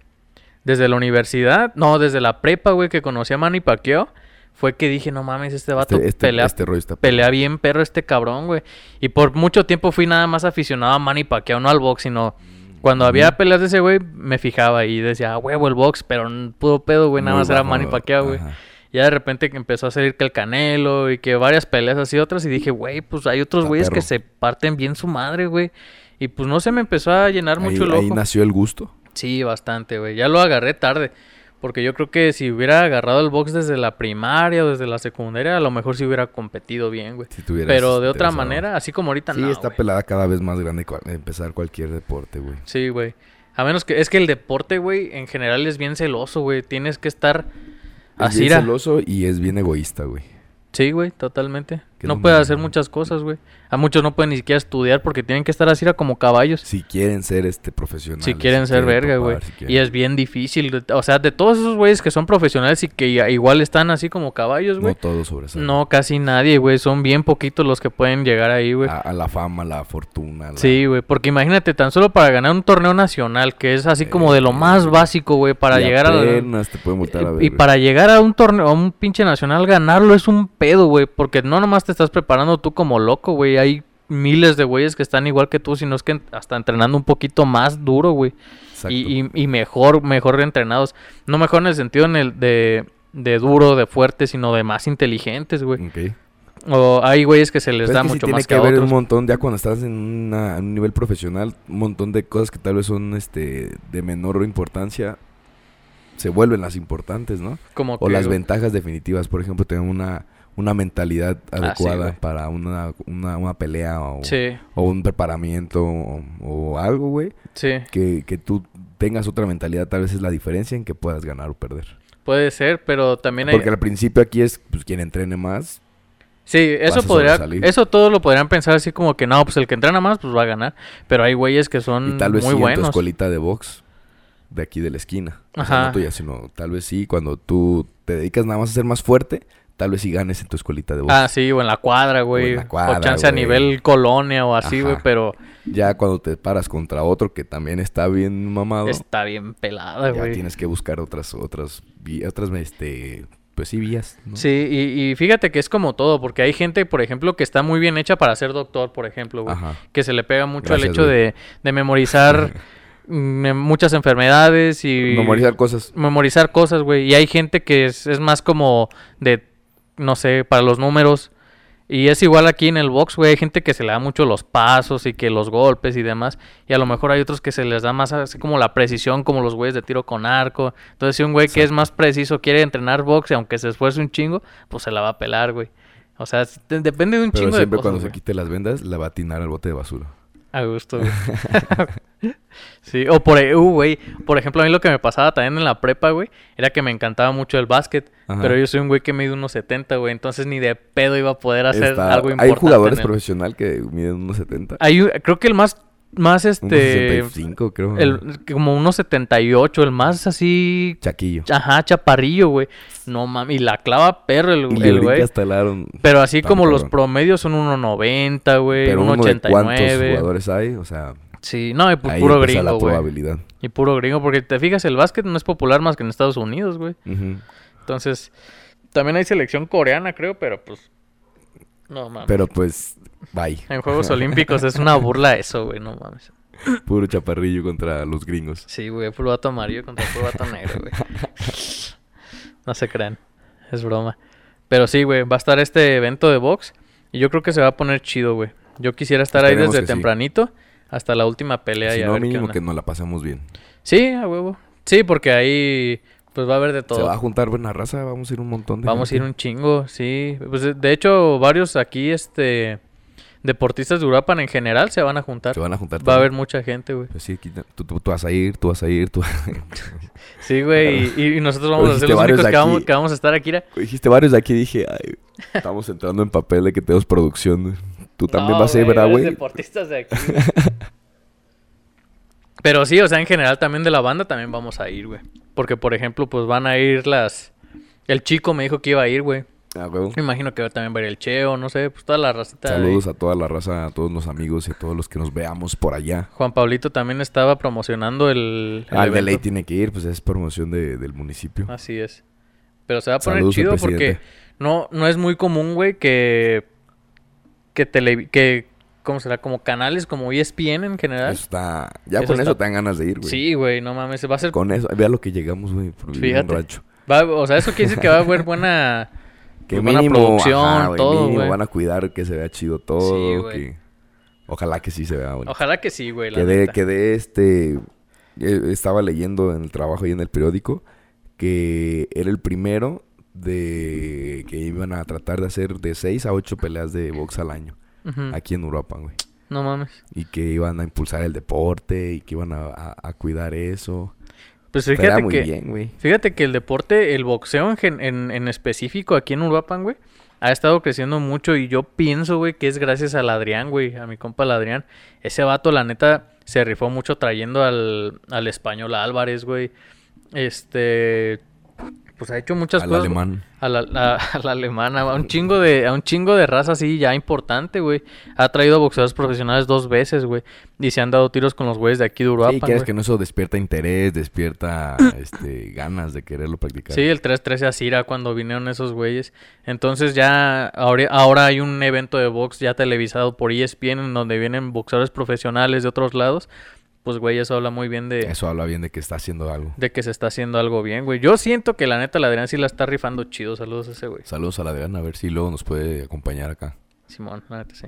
Speaker 1: desde la universidad, no, desde la prepa, güey, que conocí a Manny Pacquiao, fue que dije, no mames, este vato
Speaker 2: Este, este,
Speaker 1: pelea,
Speaker 2: este rollo está...
Speaker 1: pelea bien perro este cabrón, güey. Y por mucho tiempo fui nada más aficionado a Manny Pacquiao, no al box, sino cuando había peleas de ese güey, me fijaba y decía, "Ah, huevo el box, pero n- puro pedo, güey, nada
Speaker 2: Muy
Speaker 1: más era
Speaker 2: bajo,
Speaker 1: Manny Pacquiao, güey.
Speaker 2: ajá.
Speaker 1: Ya de repente que empezó a salir que el Canelo y que varias peleas así otras y dije, güey, pues hay otros
Speaker 2: Está
Speaker 1: güeyes que
Speaker 2: perro.
Speaker 1: se parten bien su madre, güey. Y pues no se me empezó a llenar mucho
Speaker 2: ahí,
Speaker 1: el ojo.
Speaker 2: ahí nació el gusto.
Speaker 1: Sí, bastante, güey. Ya lo agarré tarde. Porque yo creo que si hubiera agarrado el box desde la primaria o desde la secundaria, a lo mejor sí hubiera competido bien, güey.
Speaker 2: Si tuvieras
Speaker 1: Pero de otra
Speaker 2: interesado.
Speaker 1: manera, así como ahorita
Speaker 2: Sí,
Speaker 1: no,
Speaker 2: está
Speaker 1: güey.
Speaker 2: pelada cada vez más grande cual- empezar cualquier deporte, güey.
Speaker 1: Sí, güey. A menos que... Es que el deporte, güey, en general es bien celoso, güey. Tienes que estar...
Speaker 2: Es
Speaker 1: Así
Speaker 2: bien
Speaker 1: era.
Speaker 2: celoso y es bien egoísta, güey.
Speaker 1: Sí, güey, totalmente.
Speaker 2: Qué
Speaker 1: No
Speaker 2: dominio,
Speaker 1: puede hacer
Speaker 2: ¿no?
Speaker 1: muchas cosas, güey. A muchos no pueden ni siquiera estudiar porque tienen que estar así era como caballos.
Speaker 2: Si quieren ser este profesionales.
Speaker 1: Si quieren ser verga, güey.
Speaker 2: topar, si quieren-
Speaker 1: y es bien difícil. de- O sea, de todos esos güeyes que son profesionales y que ya- igual están así como caballos,
Speaker 2: no
Speaker 1: güey.
Speaker 2: todo sobresale.
Speaker 1: No, casi nadie, güey. Son bien poquitos los que pueden llegar ahí, güey.
Speaker 2: A, a la fama, a la fortuna. a Ah, la-
Speaker 1: Sí, güey, porque imagínate, tan solo para ganar un torneo nacional, que es así como de lo
Speaker 2: Eh,
Speaker 1: más básico, güey, para
Speaker 2: y
Speaker 1: llegar a... Eh,
Speaker 2: apenas te pueden voltear a ver,
Speaker 1: Y
Speaker 2: güey.
Speaker 1: para llegar a un torneo, a un pinche nacional, ganarlo es un pedo, güey. Porque no nomás te estás preparando tú como loco, güey. Hay miles de güeyes que están igual que tú, sino es que en- hasta entrenando un poquito más duro, güey.
Speaker 2: Exacto.
Speaker 1: Y, y- y mejor, mejor entrenados. No mejor en el sentido en el de, de duro, de fuerte, sino de más inteligentes, güey.
Speaker 2: Ok.
Speaker 1: O hay güeyes que se les
Speaker 2: Pero es
Speaker 1: da
Speaker 2: que sí
Speaker 1: mucho
Speaker 2: tiene
Speaker 1: más que,
Speaker 2: que
Speaker 1: a
Speaker 2: ver
Speaker 1: otros.
Speaker 2: un montón, ya cuando estás en, una- en un nivel profesional, un montón de cosas que tal vez son este de menor importancia se vuelven las importantes, ¿no?
Speaker 1: Como
Speaker 2: O
Speaker 1: que,
Speaker 2: las
Speaker 1: güey.
Speaker 2: ventajas definitivas. Por ejemplo, tener una, una mentalidad adecuada
Speaker 1: Ah, güey.
Speaker 2: para una, una, una pelea o,
Speaker 1: Sí,
Speaker 2: o un preparamiento o, o algo, güey.
Speaker 1: sí.
Speaker 2: Que, que tú tengas otra mentalidad, tal vez es la diferencia en que puedas ganar o perder.
Speaker 1: Puede ser, pero también hay...
Speaker 2: Porque al principio aquí es pues, quien entrene más.
Speaker 1: Sí, eso
Speaker 2: vas a
Speaker 1: podría...
Speaker 2: sobresalir.
Speaker 1: Eso todos lo podrían pensar así como que no, pues el que entrena más, pues va a ganar. Pero hay güeyes que son
Speaker 2: Y tal vez
Speaker 1: muy
Speaker 2: sí en tu
Speaker 1: buenos.
Speaker 2: escuelita de box, de aquí de la esquina. O sea,
Speaker 1: Ajá.
Speaker 2: no tuya, sino tal vez sí, cuando tú te dedicas nada más a ser más fuerte, tal vez sí ganes en tu escuelita de box.
Speaker 1: Ah, sí, o en la cuadra, güey.
Speaker 2: la
Speaker 1: O,
Speaker 2: cuadra,
Speaker 1: chance a
Speaker 2: güey.
Speaker 1: nivel colonia o así, güey,
Speaker 2: Ajá.
Speaker 1: pero
Speaker 2: Ya cuando te paras contra otro que también está bien mamado,
Speaker 1: está bien pelada,
Speaker 2: ya
Speaker 1: güey.
Speaker 2: tienes que buscar otras, otras, vi- otras, este, pues sí, vías. ¿no?
Speaker 1: Sí, y, y fíjate que es como todo, porque hay gente, por ejemplo, que está muy bien hecha para ser doctor, por ejemplo, güey.
Speaker 2: Ajá.
Speaker 1: Que se le pega mucho el
Speaker 2: Gracias,
Speaker 1: hecho
Speaker 2: güey.
Speaker 1: de, de memorizar mm, muchas enfermedades y...
Speaker 2: Memorizar cosas.
Speaker 1: memorizar cosas, güey. Y hay gente que es, es más como de, no sé, para los números. Y es igual aquí en el box, güey. Hay gente que se le da mucho los pasos y que los golpes y demás. Y a lo mejor hay otros que se les da más así como la precisión, como los güeyes de tiro con arco. Entonces, si un güey que es más preciso quiere entrenar box y aunque se esfuerce un chingo, pues se la va a pelar, güey. O sea, es- de- depende de un
Speaker 2: Pero
Speaker 1: chingo de
Speaker 2: siempre
Speaker 1: cosas.
Speaker 2: cuando se
Speaker 1: güey.
Speaker 2: quite las vendas, la va a atinar al bote de basura.
Speaker 1: A gusto, güey. sí, o por, uh, güey, por ejemplo, a mí lo que me pasaba también en la prepa, güey, era que me encantaba mucho el básquet,
Speaker 2: Ajá.
Speaker 1: pero yo soy un güey que mide unos 70, güey, entonces ni de pedo iba a poder hacer
Speaker 2: Está-
Speaker 1: algo
Speaker 2: Hay
Speaker 1: importante.
Speaker 2: jugadores
Speaker 1: en el-
Speaker 2: profesionales que miden unos 70.
Speaker 1: Hay un- creo que el más, más
Speaker 2: Unos
Speaker 1: este,
Speaker 2: 65, creo.
Speaker 1: el, como unos 78, el más así,
Speaker 2: Chaquillo.
Speaker 1: ajá, chaparrillo, güey. No mami, y la clava perro el,
Speaker 2: Y
Speaker 1: el
Speaker 2: le brinca
Speaker 1: güey.
Speaker 2: hasta el aro.
Speaker 1: Pero así
Speaker 2: Está
Speaker 1: como
Speaker 2: muy
Speaker 1: los
Speaker 2: cabrón.
Speaker 1: promedios son 1.90, güey,
Speaker 2: Pero uno de cuántos
Speaker 1: 1.89.
Speaker 2: jugadores hay, o sea,
Speaker 1: Sí, no, y pues
Speaker 2: ahí
Speaker 1: puro
Speaker 2: empieza
Speaker 1: gringo,
Speaker 2: la
Speaker 1: güey.
Speaker 2: probabilidad.
Speaker 1: Y puro gringo, porque te fijas, el básquet no es popular más que en Estados Unidos, güey.
Speaker 2: Ujú.
Speaker 1: Entonces, también hay selección coreana, creo, pero pues. No mames.
Speaker 2: Pero pues, bye.
Speaker 1: En Juegos Olímpicos es una burla eso, güey, no mames.
Speaker 2: Puro chaparrillo contra los gringos.
Speaker 1: Sí, güey, puro vato amarillo contra puro vato negro, güey. No se crean, es broma. Pero sí, güey, va a estar este evento de box y yo creo que se va a poner chido, güey. Yo quisiera estar ahí
Speaker 2: Esperemos
Speaker 1: desde
Speaker 2: que sí.
Speaker 1: tempranito hasta la última pelea y
Speaker 2: Si
Speaker 1: a
Speaker 2: no,
Speaker 1: ver qué
Speaker 2: mínimo
Speaker 1: onda.
Speaker 2: que nos la pasamos bien.
Speaker 1: Sí, a huevo. Sí, porque ahí pues va a haber de todo.
Speaker 2: Se va a juntar buena raza, vamos a ir un montón de
Speaker 1: Vamos a ir
Speaker 2: gente.
Speaker 1: un chingo, sí. Pues de- de hecho, varios aquí, este, deportistas de Uruapan en general se van a juntar.
Speaker 2: Se van a juntar.
Speaker 1: Va a haber
Speaker 2: también.
Speaker 1: mucha gente, güey.
Speaker 2: Pues sí, aquí te- tú, tú- tú vas a ir, tú vas a ir, tú...
Speaker 1: Sí, güey. Y, y nosotros
Speaker 2: Pero
Speaker 1: vamos a ser
Speaker 2: dijiste
Speaker 1: los
Speaker 2: varios
Speaker 1: únicos
Speaker 2: de
Speaker 1: que vamos,
Speaker 2: aquí.
Speaker 1: que vamos a estar aquí. era-
Speaker 2: Dijiste varios de aquí dije, ay, estamos entrando en papel de que tenemos producción. güey. Tú también
Speaker 1: No,
Speaker 2: vas a ir, ¿verdad,
Speaker 1: varios
Speaker 2: güey?
Speaker 1: deportistas de aquí. güey. Pero sí, o sea, en general también de la banda también vamos a ir, güey. Porque, por ejemplo, pues van a ir las... El chico me dijo que iba a ir, güey.
Speaker 2: Ah, huevo.
Speaker 1: Me imagino que también va a ir el Cheo, no sé, pues toda la racita. de ahí.
Speaker 2: Saludos a toda la raza, a todos los amigos y a todos los que nos veamos por allá.
Speaker 1: Juan Pablito también estaba promocionando el. el
Speaker 2: Al Ah, de
Speaker 1: evento. Ah,
Speaker 2: ley tiene que ir, pues es promoción de- del municipio.
Speaker 1: Así es. Pero se va a poner
Speaker 2: Saludos al
Speaker 1: chido porque
Speaker 2: presidente.
Speaker 1: no, no es muy común, güey, que. que tele. que. ¿Cómo será? Como canales como E ESPN en general.
Speaker 2: Eso está... Ya
Speaker 1: Eso
Speaker 2: con eso
Speaker 1: está-
Speaker 2: te dan ganas de ir, güey.
Speaker 1: sí, güey, no mames. Va a ser.
Speaker 2: Con eso, vea lo que llegamos, güey, por vivir en
Speaker 1: Fíjate.
Speaker 2: un
Speaker 1: Pues
Speaker 2: rancho.
Speaker 1: va- o sea, eso quiere decir que va a haber buena.
Speaker 2: Que
Speaker 1: pues, buena
Speaker 2: mínimo,
Speaker 1: producción,
Speaker 2: ajá, güey,
Speaker 1: todo,
Speaker 2: mínimo
Speaker 1: güey.
Speaker 2: van a cuidar que se vea chido todo,
Speaker 1: güey.
Speaker 2: que... Ojalá que sí se vea, güey.
Speaker 1: Ojalá que sí, güey. la
Speaker 2: Que de,
Speaker 1: neta.
Speaker 2: que de este... eh, Estaba leyendo en el trabajo y en el periódico que era el primero de que iban a tratar de hacer de 6 a 8 peleas de box al año
Speaker 1: Ujú,
Speaker 2: aquí en Europa, güey.
Speaker 1: No mames.
Speaker 2: Y que iban a impulsar el deporte y que iban a, a- a cuidar eso.
Speaker 1: Pues
Speaker 2: Estaría
Speaker 1: fíjate
Speaker 2: muy
Speaker 1: que.
Speaker 2: bien, güey.
Speaker 1: Fíjate que el deporte, el boxeo en, gen- en, en específico aquí en Uruapan, güey, ha estado creciendo mucho y yo pienso, güey, que es gracias al Adrián, güey, a mi compa el Adrián. Ese vato, la neta, se rifó mucho trayendo al, al español Álvarez, güey. Este, pues ha hecho muchas
Speaker 2: Al
Speaker 1: cosas.
Speaker 2: alemán.
Speaker 1: A la, a- a la alemana, a un chingo de, a un chingo de raza así ya importante, güey. Ha traído boxeadores profesionales dos veces, güey. Y se han dado tiros con los güeyes de aquí de Uruapan,
Speaker 2: Sí, quieres
Speaker 1: güey.
Speaker 2: que no eso despierta interés, despierta este, ganas de quererlo practicar.
Speaker 1: Sí, eh. el 3-13 a Cira cuando vinieron esos güeyes. Entonces ya ahora, ahora hay un evento de box ya televisado por E ESPN en donde vienen boxeadores profesionales de otros lados. Pues güey, eso habla muy bien de,
Speaker 2: Eso habla bien de que está haciendo algo.
Speaker 1: de que se está haciendo algo bien, güey. Yo siento que la neta la Adrián sí la está rifando chido. Saludos a ese güey.
Speaker 2: Saludos a la Adriana, a ver si luego nos puede acompañar acá.
Speaker 1: Simón, la neta sí.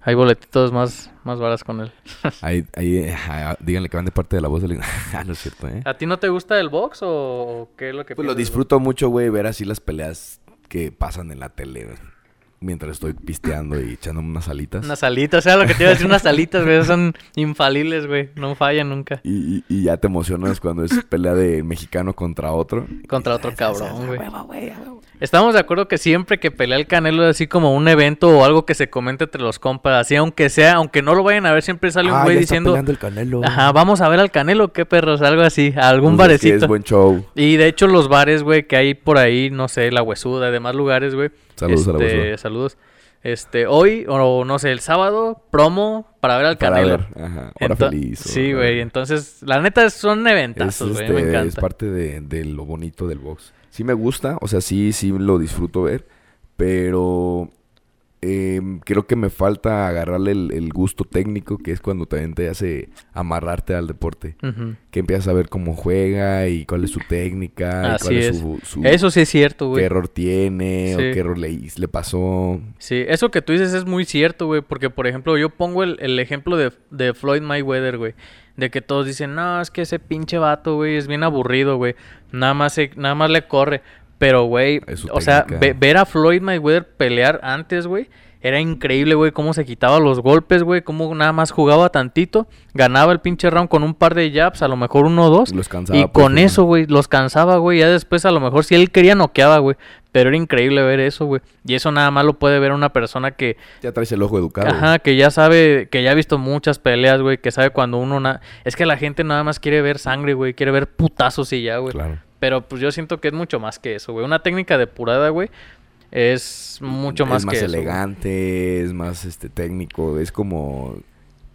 Speaker 1: Hay boletitos más, más varas con él.
Speaker 2: Ahí, ahí, eh, ah, díganle que van de parte de la voz del... Ah, no es cierto, ¿eh?
Speaker 1: ¿A ti no te gusta el box o qué es lo que
Speaker 2: Pues lo
Speaker 1: piensas,
Speaker 2: disfruto mucho, güey, ver así las peleas que pasan en la tele güey, mientras estoy pisteando y echándome unas alitas.
Speaker 1: Unas alitas, o sea, lo que te iba a decir, unas alitas, güey, son infalibles, güey, no fallan nunca.
Speaker 2: Y, y- y ya te emocionas cuando es pelea de mexicano contra otro.
Speaker 1: Contra otro cabrón, güey.
Speaker 2: Huevo, güey, a huevo.
Speaker 1: Estamos de acuerdo que siempre que pelea el Canelo es así como un evento o algo que se comente entre los compas, así aunque sea, aunque no lo vayan a ver, siempre sale un
Speaker 2: Ah,
Speaker 1: güey
Speaker 2: ya está
Speaker 1: diciendo,
Speaker 2: peleando el Canelo.
Speaker 1: ajá, vamos a ver al Canelo, qué perros, algo así, a algún
Speaker 2: Pues es que
Speaker 1: barecito.
Speaker 2: Es buen show.
Speaker 1: Y de hecho los bares, güey, que hay por ahí, no sé, La Huesuda, demás lugares, güey.
Speaker 2: Saludos a La
Speaker 1: este,
Speaker 2: Huesuda.
Speaker 1: Saludos. Este, hoy, o no sé, el sábado, promo para ver al
Speaker 2: Para
Speaker 1: Canelo.
Speaker 2: ver, ajá, hora
Speaker 1: Ento-
Speaker 2: feliz. o-
Speaker 1: Sí, güey. Entonces, la neta son
Speaker 2: Es,
Speaker 1: eventazos, güey.
Speaker 2: este,
Speaker 1: me encanta.
Speaker 2: es parte de, de lo bonito del box. Sí me gusta, o sea, sí, sí lo disfruto ver, pero em, creo que me falta agarrarle el, el gusto técnico, que es cuando también te hace amarrarte al deporte.
Speaker 1: Ujú.
Speaker 2: Que empiezas a ver cómo juega y cuál es su técnica, y
Speaker 1: Así
Speaker 2: cuál es
Speaker 1: es.
Speaker 2: su, su-
Speaker 1: Eso sí es cierto,
Speaker 2: qué
Speaker 1: güey.
Speaker 2: error tiene o
Speaker 1: Sí.
Speaker 2: qué error le, hiz- le pasó.
Speaker 1: Sí, eso que tú dices es muy cierto, güey. Porque, por ejemplo, yo pongo el, el ejemplo de, de Floyd Mayweather, güey. De que todos dicen, no, es que ese pinche vato, güey, es bien aburrido, güey. Nada más, se- nada más le corre. Pero, güey,
Speaker 2: Es su
Speaker 1: o sea,
Speaker 2: técnica.
Speaker 1: ve- ver a Floyd Mayweather pelear antes, güey, era increíble, güey, cómo se quitaba los golpes, güey, cómo nada más jugaba tantito, ganaba el pinche round con un par de jabs, a lo mejor uno o dos,
Speaker 2: Los cansaba.
Speaker 1: y
Speaker 2: pues,
Speaker 1: con
Speaker 2: ¿no?
Speaker 1: eso, güey, los cansaba, güey. Ya después, a lo mejor, si él quería, noqueaba, güey. Pero era increíble ver eso, güey. Y eso nada más lo puede ver una persona que,
Speaker 2: Ya traes el ojo educado.
Speaker 1: ajá, que ya sabe, que ya ha visto muchas peleas, güey. Que sabe cuando uno. na- Es que la gente nada más quiere ver sangre, güey. Quiere ver putazos y ya, güey.
Speaker 2: Claro.
Speaker 1: Pero pues yo siento que es mucho más que eso, güey. Una técnica depurada, güey, es mucho más,
Speaker 2: Mm, es más
Speaker 1: que eso, güey.
Speaker 2: elegante, es más este técnico, es como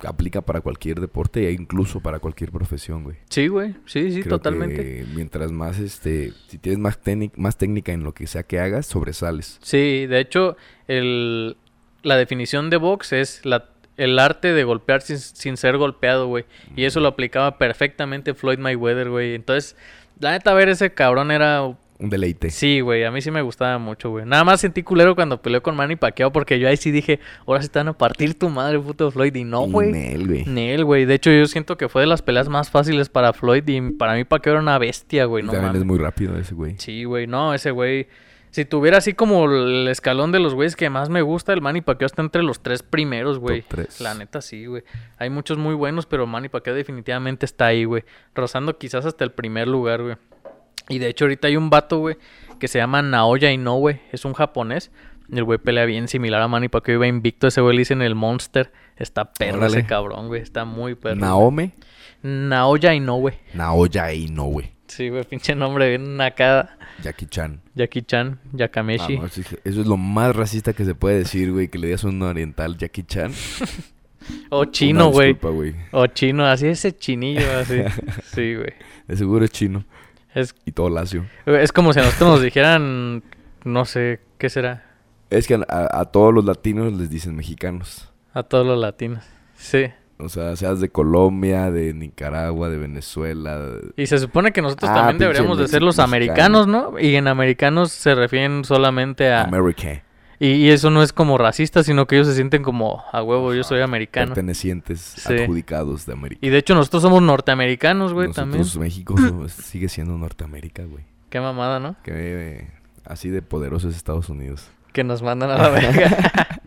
Speaker 2: aplica para cualquier deporte e incluso para cualquier profesión, güey.
Speaker 1: Sí, güey. Sí, sí,
Speaker 2: Creo
Speaker 1: totalmente.
Speaker 2: que mientras más este, si tienes más técnic- más técnica en lo que sea que hagas, sobresales.
Speaker 1: Sí, de hecho, el, la definición de box es la, el arte de golpear sin, sin ser golpeado, güey. Y eso lo aplicaba perfectamente Floyd Mayweather, güey. Entonces, la neta, ver ese cabrón era...
Speaker 2: Un deleite.
Speaker 1: Sí, güey, a mí sí me gustaba mucho, güey. Nada más sentí culero cuando peleó con Manny Pacquiao porque yo ahí sí dije, ahora se te van a partir tu madre, puto Floyd. Y no,
Speaker 2: Y
Speaker 1: güey.
Speaker 2: nel, güey.
Speaker 1: Ni él, güey. De hecho, yo siento que fue de las peleas más fáciles para Floyd y para mí Pacquiao era una bestia, güey.
Speaker 2: Y
Speaker 1: No
Speaker 2: también
Speaker 1: mames.
Speaker 2: es muy rápido ese güey.
Speaker 1: Sí, güey, no, ese güey. Si tuviera así como el escalón de los güeyes que más me gusta, el Manny Pacquiao está entre los tres primeros, güey.
Speaker 2: Top tres.
Speaker 1: La neta sí, güey. Hay muchos muy buenos, pero Manny Pacquiao definitivamente está ahí, güey. Rozando quizás hasta el primer lugar, güey. Y de hecho ahorita hay un vato, güey, que se llama Naoya Inoue. Es un japonés. Y El güey pelea bien similar a Manny Pacquiao. Iba invicto ese güey, le dicen el Monster. Está perro
Speaker 2: Órale.
Speaker 1: ese cabrón, güey. Está muy perro.
Speaker 2: Naome,
Speaker 1: Naoya Inoue.
Speaker 2: Naoya Inoue,
Speaker 1: Sí, güey, pinche nombre bien nacada.
Speaker 2: Jackie Chan.
Speaker 1: Jackie Chan,
Speaker 2: Ah,
Speaker 1: Yakameshi.
Speaker 2: no, sí, eso es lo más racista que se puede decir, güey, que le digas a un oriental Jackie Chan.
Speaker 1: O chino,
Speaker 2: Una
Speaker 1: güey.
Speaker 2: disculpa, güey.
Speaker 1: O chino, así ese chinillo, así. Sí, güey.
Speaker 2: De seguro es chino
Speaker 1: Es,
Speaker 2: y todo lacio.
Speaker 1: es como si a nosotros nos dijeran, no sé, ¿qué será?
Speaker 2: Es que a, a todos los latinos les dicen mexicanos.
Speaker 1: A todos los latinos. Sí.
Speaker 2: O sea, seas de Colombia, de Nicaragua, de Venezuela. de-
Speaker 1: Y se supone que nosotros
Speaker 2: Ah,
Speaker 1: también
Speaker 2: pinche
Speaker 1: deberíamos de ser
Speaker 2: mexi-
Speaker 1: los americanos, ¿no? Y en americanos se refieren solamente a...
Speaker 2: American.
Speaker 1: Y, y eso no es como racista, sino que ellos se sienten como, a huevo, yo soy americano.
Speaker 2: Pertenecientes
Speaker 1: Sí.
Speaker 2: adjudicados de América.
Speaker 1: Y de hecho nosotros somos norteamericanos, güey, también.
Speaker 2: Nosotros, México so- sigue siendo Norteamérica, güey.
Speaker 1: Qué mamada, ¿no?
Speaker 2: Que eh, así de poderoso es Estados Unidos.
Speaker 1: Que nos mandan a la verga.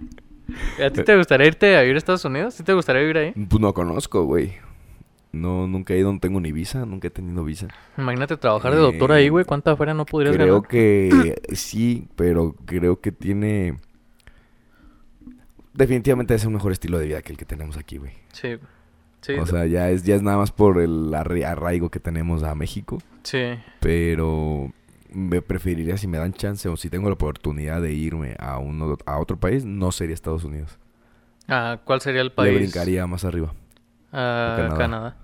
Speaker 1: ¿A ti te gustaría irte a vivir a Estados Unidos? ¿Sí te gustaría vivir ahí?
Speaker 2: Pues no conozco, güey. No, nunca he ido, no tengo ni visa, nunca he tenido visa.
Speaker 1: Imagínate trabajar de doctor ahí, güey. ¿Cuánta feria no podrías
Speaker 2: Creo
Speaker 1: ganar?
Speaker 2: que sí, pero creo que tiene... Definitivamente es un mejor estilo de vida que el que tenemos aquí, güey.
Speaker 1: Sí. Sí.
Speaker 2: O sea, ya es, ya es nada más por el arri- arraigo que tenemos a México.
Speaker 1: sí.
Speaker 2: Pero me preferiría si me dan chance o si tengo la oportunidad de irme a uno a otro país, no sería Estados Unidos.
Speaker 1: Ah, ¿Cuál sería el
Speaker 2: Le
Speaker 1: país?
Speaker 2: brincaría más arriba.
Speaker 1: Ah,
Speaker 2: a Canadá.
Speaker 1: Canadá.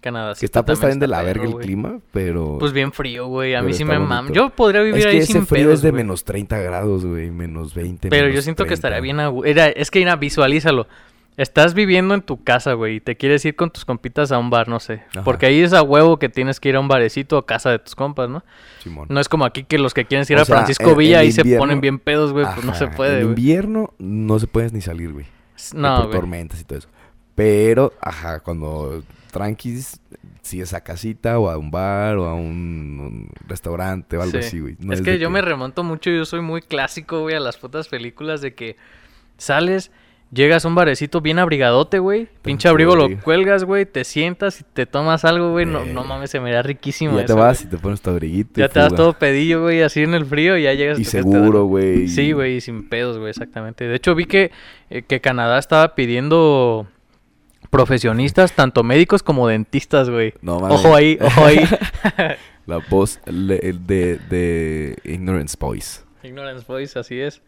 Speaker 1: Canadá.
Speaker 2: que
Speaker 1: sí,
Speaker 2: está pues
Speaker 1: también
Speaker 2: también de
Speaker 1: está
Speaker 2: la verga
Speaker 1: perro,
Speaker 2: el
Speaker 1: güey.
Speaker 2: clima, pero
Speaker 1: Pues bien frío, güey. A mí
Speaker 2: Pero
Speaker 1: sí
Speaker 2: está
Speaker 1: me
Speaker 2: bonito.
Speaker 1: mama. Yo podría vivir
Speaker 2: es que
Speaker 1: ahí
Speaker 2: ese
Speaker 1: sin
Speaker 2: frío
Speaker 1: pedos,
Speaker 2: es de
Speaker 1: güey.
Speaker 2: menos 30 grados, güey, menos 20.
Speaker 1: Pero yo
Speaker 2: menos
Speaker 1: siento que
Speaker 2: 30.
Speaker 1: estaría bien... a gu- Era, es que, mira, visualízalo. Estás viviendo en tu casa, güey, y te quieres ir con tus compitas a un bar, no sé.
Speaker 2: Ajá.
Speaker 1: Porque ahí es a huevo que tienes que ir a un barecito o casa de tus compas, ¿no?
Speaker 2: Simón.
Speaker 1: No es como aquí que los que quieren ir
Speaker 2: O
Speaker 1: a
Speaker 2: sea,
Speaker 1: Francisco
Speaker 2: en-
Speaker 1: Villa
Speaker 2: en
Speaker 1: ahí se
Speaker 2: invierno-
Speaker 1: ponen bien pedos, güey, pues no se
Speaker 2: Ajá,
Speaker 1: puede,
Speaker 2: En
Speaker 1: güey.
Speaker 2: invierno no se puedes ni salir, güey.
Speaker 1: No,
Speaker 2: por
Speaker 1: güey.
Speaker 2: tormentas y todo eso. Pero, ajá, cuando tranquis, si es a casita o a un bar o a un, un restaurante o algo
Speaker 1: Sí.
Speaker 2: así, güey. No
Speaker 1: es que
Speaker 2: de
Speaker 1: yo me remonto mucho, yo soy muy clásico, güey, a las putas películas de que sales, llegas a un barecito bien abrigadote, güey, pinche abrigo lo
Speaker 2: abrigo.
Speaker 1: cuelgas, güey, te sientas y te tomas algo, güey, no,
Speaker 2: Eh.
Speaker 1: no mames, se me da
Speaker 2: Y
Speaker 1: riquísimo
Speaker 2: ya te
Speaker 1: eso, güey.
Speaker 2: vas y te pones tu abriguito. y
Speaker 1: Ya te das
Speaker 2: fuga.
Speaker 1: todo pedillo, güey, así en el frío y ya llegas. a
Speaker 2: Y
Speaker 1: tu casa.
Speaker 2: seguro, güey.
Speaker 1: Sí, güey, y sin pedos, güey, exactamente. De hecho, vi que, eh, que Canadá estaba pidiendo profesionistas, tanto médicos como dentistas, güey.
Speaker 2: No mames.
Speaker 1: Ojo ahí, ojo ahí.
Speaker 2: La voz le- el de, de Ignorance Boys.
Speaker 1: Ignorance Boys, así es.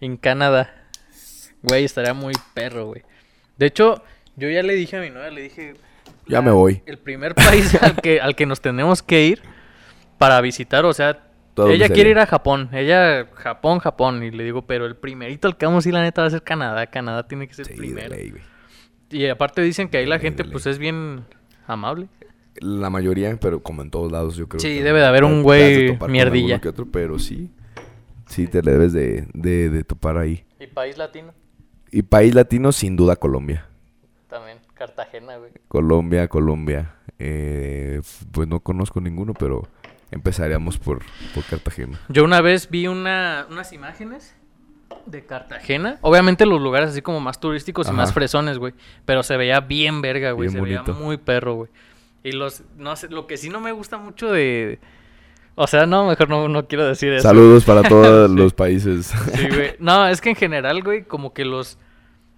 Speaker 1: En Canadá. Güey, estaría muy perro, güey. De hecho, yo ya le dije a mi novia, le dije...
Speaker 2: Ya me voy.
Speaker 1: El primer país al que, al que nos tenemos que ir para visitar, o sea...
Speaker 2: Todo
Speaker 1: ella
Speaker 2: sería.
Speaker 1: quiere ir a Japón, ella Japón, Japón, y le digo, pero el primerito al que vamos a ir, la neta, va a ser Canadá, Canadá tiene que ser
Speaker 2: Sí, de
Speaker 1: primero.
Speaker 2: ley, güey.
Speaker 1: Y aparte dicen que ahí la
Speaker 2: Dale,
Speaker 1: gente
Speaker 2: dale.
Speaker 1: pues es bien amable.
Speaker 2: La mayoría, pero como en todos lados, yo creo.
Speaker 1: Sí,
Speaker 2: que
Speaker 1: debe de haber un
Speaker 2: te has
Speaker 1: güey
Speaker 2: topar con
Speaker 1: mierdilla.
Speaker 2: alguno que otro, pero sí. Sí, te le debes de, de, de topar ahí.
Speaker 1: Y país latino
Speaker 2: Y país latino, sin duda, Colombia.
Speaker 1: también, Cartagena, güey.
Speaker 2: Colombia, Colombia. Eh, f- pues no conozco ninguno, pero empezaríamos por, por Cartagena.
Speaker 1: Yo una vez vi una- unas imágenes de Cartagena. Obviamente los lugares así como más turísticos y más
Speaker 2: Ajá.
Speaker 1: fresones, güey. Pero se veía bien verga, güey.
Speaker 2: Bien
Speaker 1: se
Speaker 2: bonito.
Speaker 1: veía muy perro, güey. Y los, no sé, lo que sí no me gusta mucho de... O sea, no, mejor no, no quiero decir eso.
Speaker 2: Saludos para todos los países.
Speaker 1: Sí, güey. No, es que en general, güey, como que los,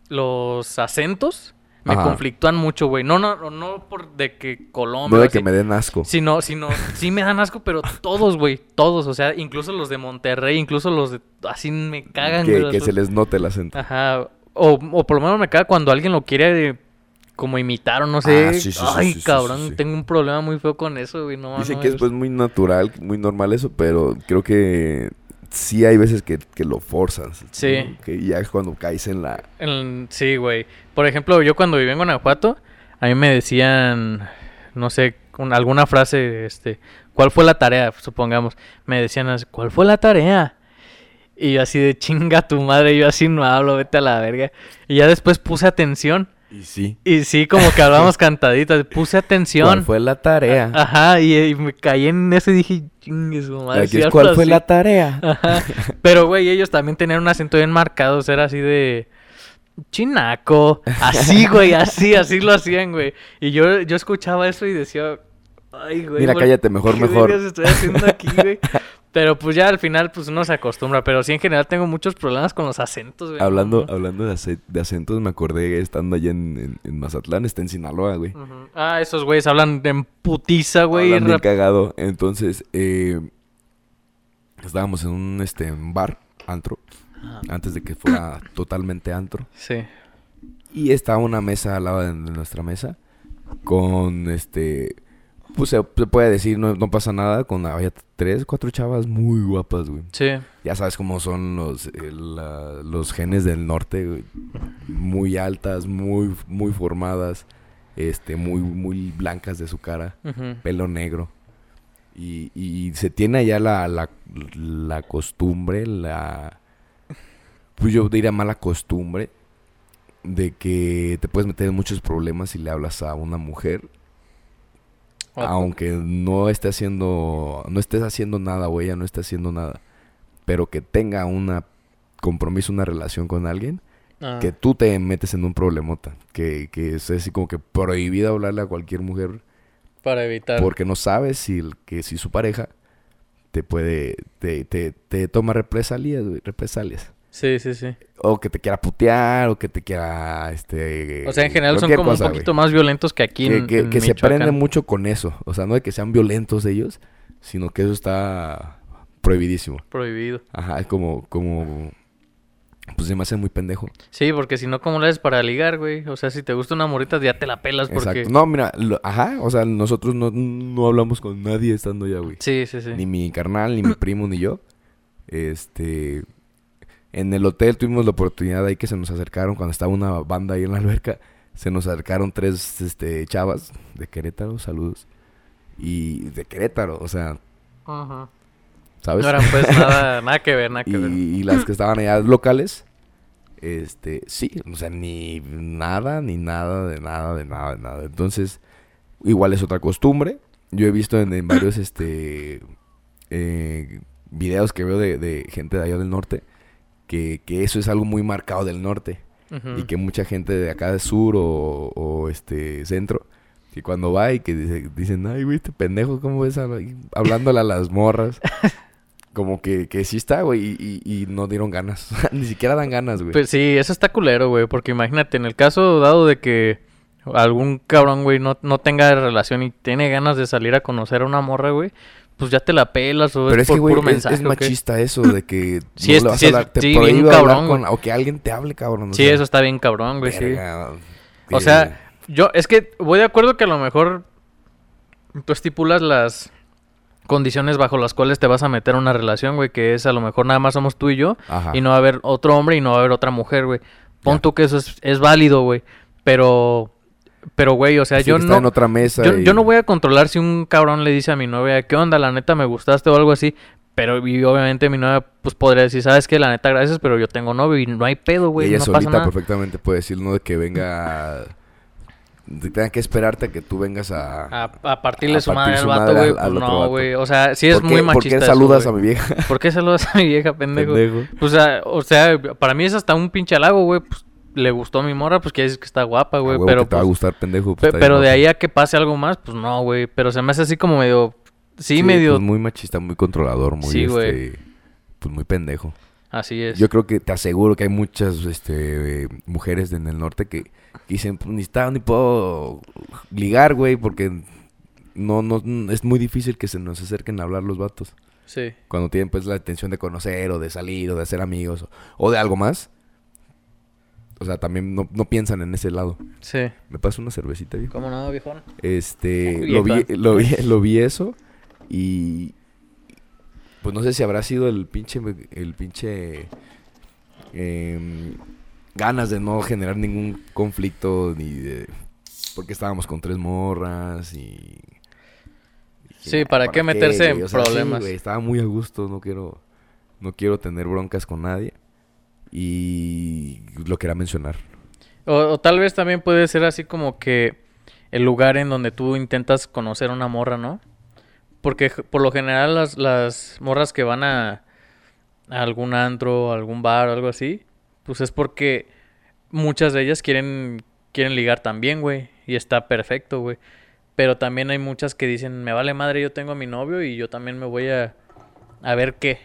Speaker 1: los acentos me
Speaker 2: Ajá.
Speaker 1: conflictúan mucho, güey. No, no, no, no por de que Colombia.
Speaker 2: No de
Speaker 1: o
Speaker 2: que
Speaker 1: así,
Speaker 2: me den asco.
Speaker 1: Sino, sino, sí me dan asco, pero todos, güey, todos. O sea, incluso los de Monterrey, incluso los de... Así me cagan,
Speaker 2: que,
Speaker 1: güey.
Speaker 2: que
Speaker 1: los-
Speaker 2: se les note el acento.
Speaker 1: Ajá. O, o por lo menos me caga cuando alguien lo quiere eh, como imitar o no sé.
Speaker 2: Ah, sí, sí, sí,
Speaker 1: Ay,
Speaker 2: sí, sí,
Speaker 1: cabrón,
Speaker 2: sí, sí.
Speaker 1: tengo un problema muy feo con eso, güey. No,
Speaker 2: Dice
Speaker 1: no
Speaker 2: que
Speaker 1: me
Speaker 2: es pues muy natural, muy normal eso, pero creo que sí hay veces que, que lo forzas.
Speaker 1: Sí.
Speaker 2: ¿no? Que ya es cuando caes en la...
Speaker 1: El- sí, güey. Por ejemplo, yo cuando vivía en Guanajuato, a mí me decían, no sé, un- alguna frase, este, ¿cuál fue la tarea? Supongamos, me decían, así, ¿cuál fue la tarea? Y yo así de chinga tu madre, yo así no hablo, vete a la verga. Y ya después puse atención.
Speaker 2: Y sí.
Speaker 1: Y sí, como que hablábamos cantaditas, puse
Speaker 2: ¿Cuál
Speaker 1: atención.
Speaker 2: fue la tarea?
Speaker 1: Ajá, y, y me caí en eso y dije, chingue su
Speaker 2: Y
Speaker 1: Ah, madre.
Speaker 2: aquí
Speaker 1: sí Ah,
Speaker 2: es,
Speaker 1: hablo
Speaker 2: ¿Cuál fue
Speaker 1: así".
Speaker 2: la tarea?
Speaker 1: Ajá. Pero, güey, ellos también tenían un acento bien marcado. o sea, era así de. Chinaco. Así, güey, así, así lo hacían, güey. Y yo, yo escuchaba eso y decía. Ay, güey.
Speaker 2: Mira,
Speaker 1: ¿por
Speaker 2: cállate, mejor,
Speaker 1: qué
Speaker 2: mejor".
Speaker 1: vergas estoy haciendo aquí, güey? Pero pues ya al final, pues uno se acostumbra. Pero sí, en general tengo muchos problemas con los acentos, güey.
Speaker 2: Hablando,
Speaker 1: Ujú.
Speaker 2: hablando de, ace- de acentos, me acordé estando allá en, en- en Mazatlán, está en Sinaloa, güey.
Speaker 1: Ujú. Ah, esos güeyes hablan en putiza, güey.
Speaker 2: Hablan bien
Speaker 1: rap-
Speaker 2: cagado. Entonces, eh, estábamos en un este, en bar, antro,
Speaker 1: Ajá.
Speaker 2: antes de que fuera totalmente antro.
Speaker 1: Sí.
Speaker 2: Y estaba una mesa al lado de nuestra mesa con este. Pues se, se puede decir, no, no pasa nada. Con había tres, cuatro chavas muy guapas, güey.
Speaker 1: Sí.
Speaker 2: Ya sabes cómo son los, eh, la- los genes del norte, güey. Muy altas, muy, muy formadas, este, muy, muy blancas de su cara,
Speaker 1: Ujú.
Speaker 2: pelo negro. Y, y se tiene allá la, la, la costumbre, la. Pues yo diría mala costumbre de que te puedes meter en muchos problemas si le hablas a una mujer
Speaker 1: O-
Speaker 2: aunque no esté haciendo, no estés haciendo nada o ella no esté haciendo nada, pero que tenga una compromiso, una relación con alguien,
Speaker 1: Ah.
Speaker 2: que tú te metes en un problemota, que, que es así como que prohibido hablarle a cualquier mujer
Speaker 1: Para evitar.
Speaker 2: porque no sabes si, el- que si su pareja te puede, te, te, te toma represalias, güey, represalias.
Speaker 1: Sí, sí, sí.
Speaker 2: O que te quiera putear, o que te quiera, este...
Speaker 1: O sea, en general son
Speaker 2: cualquier
Speaker 1: como
Speaker 2: cosa,
Speaker 1: un
Speaker 2: güey.
Speaker 1: poquito más violentos que aquí
Speaker 2: que,
Speaker 1: en,
Speaker 2: que-
Speaker 1: en
Speaker 2: que se
Speaker 1: Michoacán.
Speaker 2: prende mucho con eso. O sea, no de que sean violentos ellos, sino que eso está prohibidísimo.
Speaker 1: Prohibido.
Speaker 2: Ajá, es como, como, pues se me hace muy pendejo.
Speaker 1: Sí, porque si no, ¿cómo le haces para ligar, güey? O sea, si te gusta una morita, ya te la pelas porque...
Speaker 2: Exacto. No, mira, lo- ajá, o sea, nosotros no, no hablamos con nadie estando allá, güey.
Speaker 1: Sí, sí, sí.
Speaker 2: Ni mi carnal, ni mi primo, ni yo. Este, en el hotel tuvimos la oportunidad ahí que se nos acercaron cuando estaba una banda ahí en la alberca. Se nos acercaron tres, este, chavas de Querétaro, saludos. Y de Querétaro, o sea,
Speaker 1: Ajá.
Speaker 2: ¿sabes?
Speaker 1: No eran pues nada, nada que ver, nada que
Speaker 2: y,
Speaker 1: ver.
Speaker 2: y las que estaban allá locales, este, sí, o sea, ni nada, ni nada, de nada, de nada, de nada. Entonces, Igual es otra costumbre. Yo he visto en, en varios este eh, videos que veo de, de gente de allá del norte que, que eso es algo muy marcado del norte.
Speaker 1: Ujú.
Speaker 2: Y que mucha gente de acá del sur o, o, este centro, que cuando va y que dice- dicen, ay, güey, este pendejo, ¿cómo ves? habl- Hablándole a las morras. Como que, que sí está, güey, y, y- y no dieron ganas. Ni siquiera dan ganas, güey.
Speaker 1: Pues sí, eso está culero, güey, porque imagínate, en el caso dado de que algún cabrón, güey, no, no tenga relación y tiene ganas de salir a conocer a una morra, güey, pues ya te la pelas o
Speaker 2: Pero
Speaker 1: es,
Speaker 2: es que,
Speaker 1: por
Speaker 2: güey,
Speaker 1: puro
Speaker 2: es-
Speaker 1: mensaje.
Speaker 2: es,
Speaker 1: ¿o qué?
Speaker 2: machista eso de que
Speaker 1: Sí,
Speaker 2: no
Speaker 1: es-
Speaker 2: le vas
Speaker 1: sí,
Speaker 2: a
Speaker 1: es-
Speaker 2: hablar, te
Speaker 1: sí, bien
Speaker 2: prohíbe hablar
Speaker 1: cabrón,
Speaker 2: con-
Speaker 1: güey.
Speaker 2: o que alguien te hable, cabrón. o
Speaker 1: Sí,
Speaker 2: sea,
Speaker 1: eso está bien cabrón, güey, sí.
Speaker 2: verga,
Speaker 1: O
Speaker 2: sí.
Speaker 1: sea, Yo, es que voy de acuerdo que a lo mejor tú estipulas las condiciones bajo las cuales te vas a meter a una relación, güey, que es a lo mejor nada más somos tú y yo,
Speaker 2: Ajá.
Speaker 1: y no va a haber otro hombre y no va a haber otra mujer, güey. Pon
Speaker 2: Ya.
Speaker 1: tú que eso es, es válido, güey, pero, pero, güey, o sea,
Speaker 2: Sí,
Speaker 1: yo
Speaker 2: que
Speaker 1: no...
Speaker 2: está en otra mesa.
Speaker 1: Yo,
Speaker 2: y-
Speaker 1: yo no voy a controlar si un cabrón le dice a mi novia, ¿qué onda? La neta me gustaste o algo así. Pero y obviamente mi novia pues podría decir, ¿sabes qué? La neta gracias, pero yo tengo novio y no hay pedo, güey.
Speaker 2: ella
Speaker 1: No pasa
Speaker 2: solita
Speaker 1: nada.
Speaker 2: perfectamente puede decir, no de que venga. de que tenga que esperarte a que tú vengas a.
Speaker 1: A, a partirle
Speaker 2: a
Speaker 1: su madre
Speaker 2: partir
Speaker 1: al
Speaker 2: su
Speaker 1: vato,
Speaker 2: madre
Speaker 1: güey.
Speaker 2: al-
Speaker 1: pues
Speaker 2: al otro
Speaker 1: no,
Speaker 2: vato.
Speaker 1: güey. O sea, sí es
Speaker 2: ¿Por qué-
Speaker 1: muy
Speaker 2: ¿Por
Speaker 1: machista.
Speaker 2: qué
Speaker 1: eso,
Speaker 2: saludas a
Speaker 1: güey.
Speaker 2: mi vieja?
Speaker 1: ¿Por qué saludas a mi vieja, pendejo?
Speaker 2: Pendejo.
Speaker 1: Pues, ah, o sea, para mí es hasta un pinche halago, güey. Pues, le gustó mi morra, pues quiere decir que está guapa,
Speaker 2: A
Speaker 1: güey.
Speaker 2: huevo
Speaker 1: Pero,
Speaker 2: Ah, que te va a
Speaker 1: pues,
Speaker 2: gustar, pendejo.
Speaker 1: pe-
Speaker 2: pues, está bien,
Speaker 1: pero
Speaker 2: ¿no?
Speaker 1: de ahí a que pase algo más, pues no, güey. Pero se me hace así como medio. Sí, medio.
Speaker 2: pues, muy machista, muy controlador, muy.
Speaker 1: Sí, güey.
Speaker 2: este, Pues muy pendejo.
Speaker 1: Así es.
Speaker 2: Yo creo que te aseguro que hay muchas este, eh, mujeres en el norte que, que dicen, "Pues, ni está, ni puedo ligar, güey, porque no, no, es muy difícil que se nos acerquen a hablar los vatos.
Speaker 1: Sí.
Speaker 2: Cuando tienen pues la intención de conocer o de salir o de hacer amigos o, o de algo más. O sea, también no, no piensan en ese lado.
Speaker 1: Sí.
Speaker 2: Me paso una cervecita, viejo.
Speaker 1: ¿Cómo no, viejón?
Speaker 2: Este,
Speaker 1: Uy,
Speaker 2: lo vi,
Speaker 1: acá.
Speaker 2: lo vi, lo vi eso y pues no sé si habrá sido el pinche, el pinche em, ganas de no generar ningún conflicto ni de porque estábamos con tres morras y
Speaker 1: Sí, ¿para qué meterse en
Speaker 2: güey? O sea, sí,
Speaker 1: problemas?
Speaker 2: güey, estaba muy a gusto, no quiero, no quiero tener broncas con nadie y lo quería mencionar.
Speaker 1: O, o tal vez también puede ser así como que el lugar en donde tú intentas conocer a una morra, ¿no? Porque j- por lo general las, las morras que van a, a algún antro, a algún bar o algo así, pues es porque muchas de ellas quieren, quieren ligar también, güey. Y está perfecto, güey. Pero también hay muchas que dicen, me vale madre, yo tengo a mi novio y yo también me voy a, a ver qué.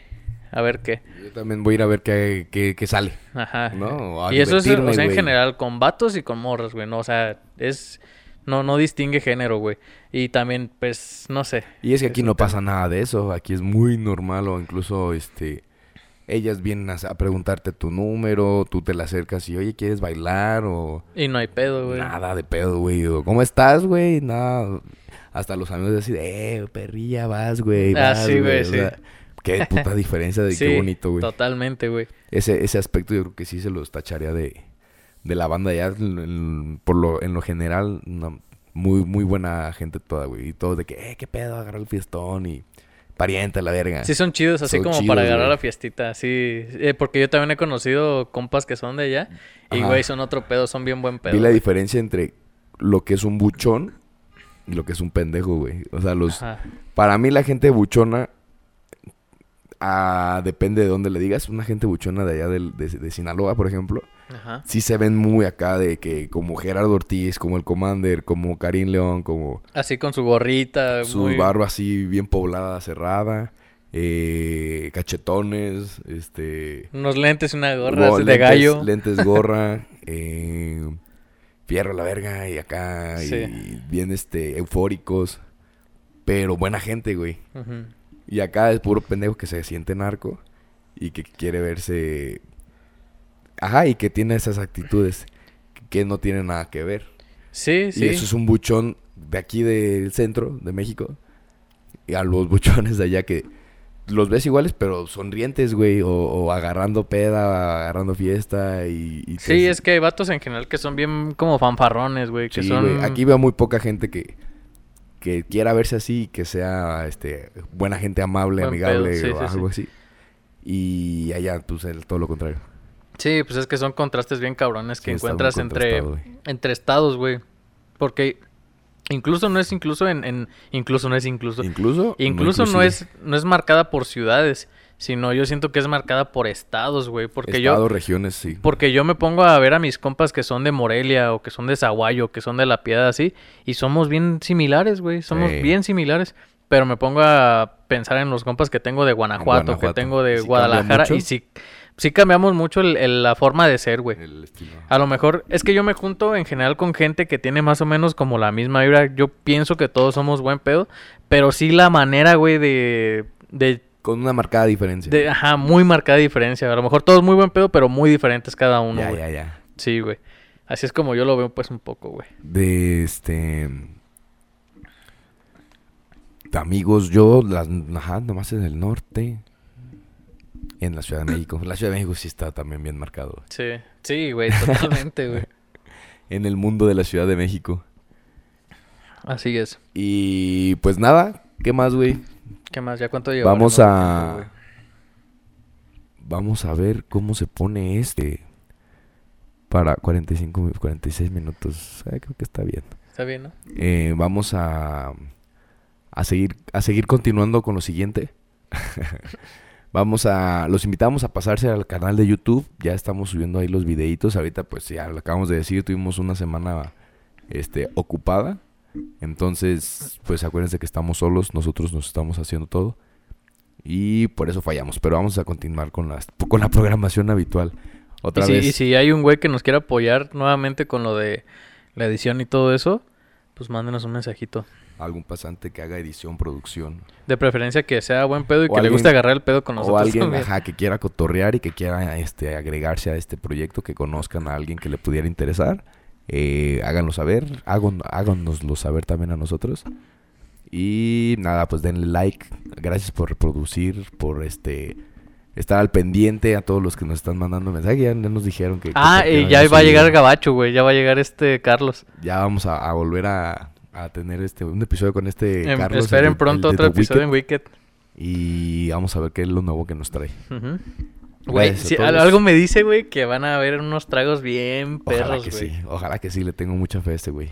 Speaker 1: A ver qué.
Speaker 2: Yo también voy a ir a ver qué, qué- qué sale.
Speaker 1: Ajá.
Speaker 2: No, a
Speaker 1: y eso es, o
Speaker 2: divertirme,
Speaker 1: sea, en
Speaker 2: güey.
Speaker 1: general, con vatos y con morras, güey. No, o sea, es. No, no distingue género, güey. Y también, pues, no sé.
Speaker 2: Y es que aquí
Speaker 1: Es
Speaker 2: no
Speaker 1: un tema.
Speaker 2: pasa nada de eso, aquí es muy normal o incluso este ellas vienen a, a preguntarte tu número, tú te la acercas y oye, ¿quieres bailar o
Speaker 1: Y no hay pedo, güey.
Speaker 2: nada de pedo, güey? O, ¿Cómo estás, güey? Nada. Hasta los amigos deciden, "Eh, perrilla, vas, güey."
Speaker 1: Ah,
Speaker 2: vas,
Speaker 1: sí, güey,
Speaker 2: O
Speaker 1: sí.
Speaker 2: sea, qué puta diferencia de
Speaker 1: Sí,
Speaker 2: qué bonito, güey.
Speaker 1: Totalmente, güey.
Speaker 2: Ese ese aspecto yo creo que sí se los tacharía de de la banda ya en- en- por lo en lo general una muy muy buena gente toda, güey, y todos de que, "Eh, qué pedo, agarrar el fiestón y pariente a la verga."
Speaker 1: Sí, son chidos, así
Speaker 2: Ah, Son
Speaker 1: como
Speaker 2: chidos,
Speaker 1: para agarrar
Speaker 2: güey.
Speaker 1: la fiestita. Así. eh, porque yo también he conocido compas que son de allá. Y,
Speaker 2: Ajá.
Speaker 1: güey, son otro pedo, son bien buen pedo.
Speaker 2: Vi la
Speaker 1: güey.
Speaker 2: diferencia entre lo que es un buchón y lo que es un pendejo, güey. O sea, los
Speaker 1: Ajá.
Speaker 2: para mí la gente buchona ah, depende de dónde le digas, una gente buchona de allá del- de, de Sinaloa, por ejemplo,
Speaker 1: Ajá.
Speaker 2: sí se ven muy acá de que como Gerardo Ortiz, como el Commander, como Karim León, como
Speaker 1: Así con su gorrita.
Speaker 2: su
Speaker 1: muy-
Speaker 2: barba así bien poblada, cerrada, eh, cachetones, este
Speaker 1: Unos lentes y una gorra
Speaker 2: Go-
Speaker 1: así de
Speaker 2: lentes-
Speaker 1: gallo.
Speaker 2: Lentes gorra, eh, fierro a la verga y acá, y
Speaker 1: Sí.
Speaker 2: bien este, eufóricos, pero buena gente, güey.
Speaker 1: Ujú.
Speaker 2: Y acá es puro pendejo que se siente narco y que quiere verse... Ajá, y que tiene esas actitudes que no tienen nada que ver.
Speaker 1: Sí, sí.
Speaker 2: Y eso es un buchón de aquí del centro de México. Y a los buchones de allá que los ves iguales, pero sonrientes, güey. O, o agarrando peda, agarrando fiesta. Y, y te-
Speaker 1: Sí, es que hay vatos en general que son bien como fanfarrones, güey. Que
Speaker 2: Sí,
Speaker 1: son...
Speaker 2: güey. Aquí veo muy poca gente que, que quiera verse así y que sea este, buena gente amable,
Speaker 1: Buen
Speaker 2: amigable
Speaker 1: pedo, sí,
Speaker 2: o
Speaker 1: sí, sí.
Speaker 2: algo así. Y allá, pues, el- todo lo contrario.
Speaker 1: Sí, pues es que son contrastes bien cabrones que
Speaker 2: Sí, está muy
Speaker 1: encuentras entre,
Speaker 2: contrastado, güey.
Speaker 1: entre estados, güey. Porque Incluso no es incluso en, en- incluso no es incluso.
Speaker 2: Incluso.
Speaker 1: Incluso no
Speaker 2: inclusive.
Speaker 1: es, no es marcada por ciudades, sino yo siento que es marcada por estados, güey. Porque
Speaker 2: Estado,
Speaker 1: yo,
Speaker 2: regiones, sí.
Speaker 1: porque yo me pongo a ver a mis compas que son de Morelia o que son de Zaguayo, que son de La Piedad, así, y somos bien similares, güey. Somos
Speaker 2: Sí.
Speaker 1: bien similares. Pero me pongo a pensar en los compas que tengo de Guanajuato, que
Speaker 2: Guanajuato.
Speaker 1: tengo de
Speaker 2: ¿Sí cambia
Speaker 1: Guadalajara,
Speaker 2: mucho?
Speaker 1: y sí, sí cambiamos mucho el- el- la forma de ser, güey.
Speaker 2: El estilo.
Speaker 1: A lo mejor es que yo me junto en general con gente que tiene más o menos como la misma vibra. Yo pienso que todos somos buen pedo, pero sí la manera, güey, de, de,
Speaker 2: Con una marcada diferencia.
Speaker 1: de- ajá, muy marcada diferencia. A lo mejor todos muy buen pedo, pero muy diferentes cada uno,
Speaker 2: ya,
Speaker 1: güey.
Speaker 2: ya, ya.
Speaker 1: Sí, güey. Así es como yo lo veo, pues, un poco, güey.
Speaker 2: De este. De amigos, yo, las, ajá, nomás en el norte. En la Ciudad de México. La Ciudad de México sí está también bien marcado.
Speaker 1: Sí, sí, güey, totalmente, güey.
Speaker 2: En el mundo de la Ciudad de México.
Speaker 1: Así es.
Speaker 2: Y pues nada, ¿qué más, güey?
Speaker 1: ¿Qué más? ¿Ya cuánto llevamos?
Speaker 2: Vamos
Speaker 1: No,
Speaker 2: a.
Speaker 1: güey.
Speaker 2: Vamos a ver cómo se pone este. Para 45, mi- 46 minutos. Eh, creo que está bien.
Speaker 1: Está bien, ¿no?
Speaker 2: Eh, vamos a. A seguir, a seguir continuando con lo siguiente. vamos a. Los invitamos a pasarse al canal de YouTube. Ya estamos subiendo ahí los videitos. Ahorita, pues ya lo acabamos de decir. Tuvimos una semana este, ocupada. Entonces, pues acuérdense que estamos solos, nosotros nos estamos haciendo todo. Y por eso fallamos, pero vamos a continuar con, las, con la programación habitual.
Speaker 1: Y
Speaker 2: Otra
Speaker 1: si,
Speaker 2: vez.
Speaker 1: y si hay un güey que nos quiera apoyar nuevamente con lo de la edición y todo eso, pues mándenos un mensajito.
Speaker 2: Algún pasante que haga edición, producción.
Speaker 1: De preferencia que sea buen pedo y
Speaker 2: O
Speaker 1: que le
Speaker 2: alguien-
Speaker 1: guste agarrar el pedo con
Speaker 2: O
Speaker 1: nosotros.
Speaker 2: alguien
Speaker 1: también.
Speaker 2: ajá, que quiera cotorrear y que quiera este, agregarse a este proyecto, que conozcan a alguien que le pudiera interesar. eh, háganlo saber, hágan- háganoslo saber también a nosotros. Y nada, pues denle like. Gracias por reproducir, por este estar al pendiente a todos los que nos están mandando mensajes. Ya nos dijeron que... que
Speaker 1: Ah,
Speaker 2: por qué
Speaker 1: y
Speaker 2: no
Speaker 1: ya
Speaker 2: habíamos
Speaker 1: va a llegar
Speaker 2: subido.
Speaker 1: Gabacho, güey. Ya va a llegar este Carlos.
Speaker 2: Ya vamos a, a volver a, a tener este un episodio con este...
Speaker 1: Em,
Speaker 2: Carlos, el
Speaker 1: esperen
Speaker 2: de-
Speaker 1: pronto
Speaker 2: el de
Speaker 1: otro
Speaker 2: The
Speaker 1: episodio
Speaker 2: Wicked.
Speaker 1: en Wicked.
Speaker 2: Y vamos a ver qué es lo nuevo que nos trae.
Speaker 1: Ujú. Güey,
Speaker 2: Gracias a
Speaker 1: sí, al-
Speaker 2: Pues, todos.
Speaker 1: algo me dice, güey, que van a haber unos tragos bien
Speaker 2: Ojalá
Speaker 1: perros,
Speaker 2: que
Speaker 1: güey.
Speaker 2: sí, ojalá que sí, le tengo mucha fe a este güey.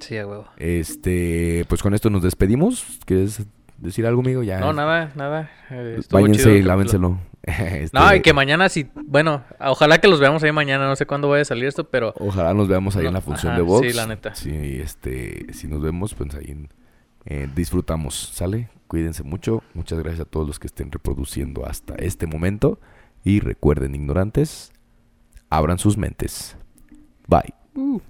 Speaker 1: Sí, a huevo.
Speaker 2: Este, pues con esto nos despedimos. ¿Quieres decir algo, amigo? Ya.
Speaker 1: No, nada, nada. eh, estuvo chido el
Speaker 2: Váyanse y
Speaker 1: capítulo.
Speaker 2: lávenselo. Este,
Speaker 1: No, y que mañana sí. Bueno, ojalá que los veamos ahí mañana. No sé cuándo vaya a salir esto, pero
Speaker 2: Ojalá nos veamos ahí
Speaker 1: No,
Speaker 2: en la función
Speaker 1: ajá,
Speaker 2: de box.
Speaker 1: sí, la neta.
Speaker 2: Sí, este, si nos vemos, pues ahí eh, disfrutamos, ¿sale? Cuídense mucho. Muchas gracias a todos los que estén reproduciendo hasta este momento. Y recuerden, ignorantes, abran sus mentes. Bye.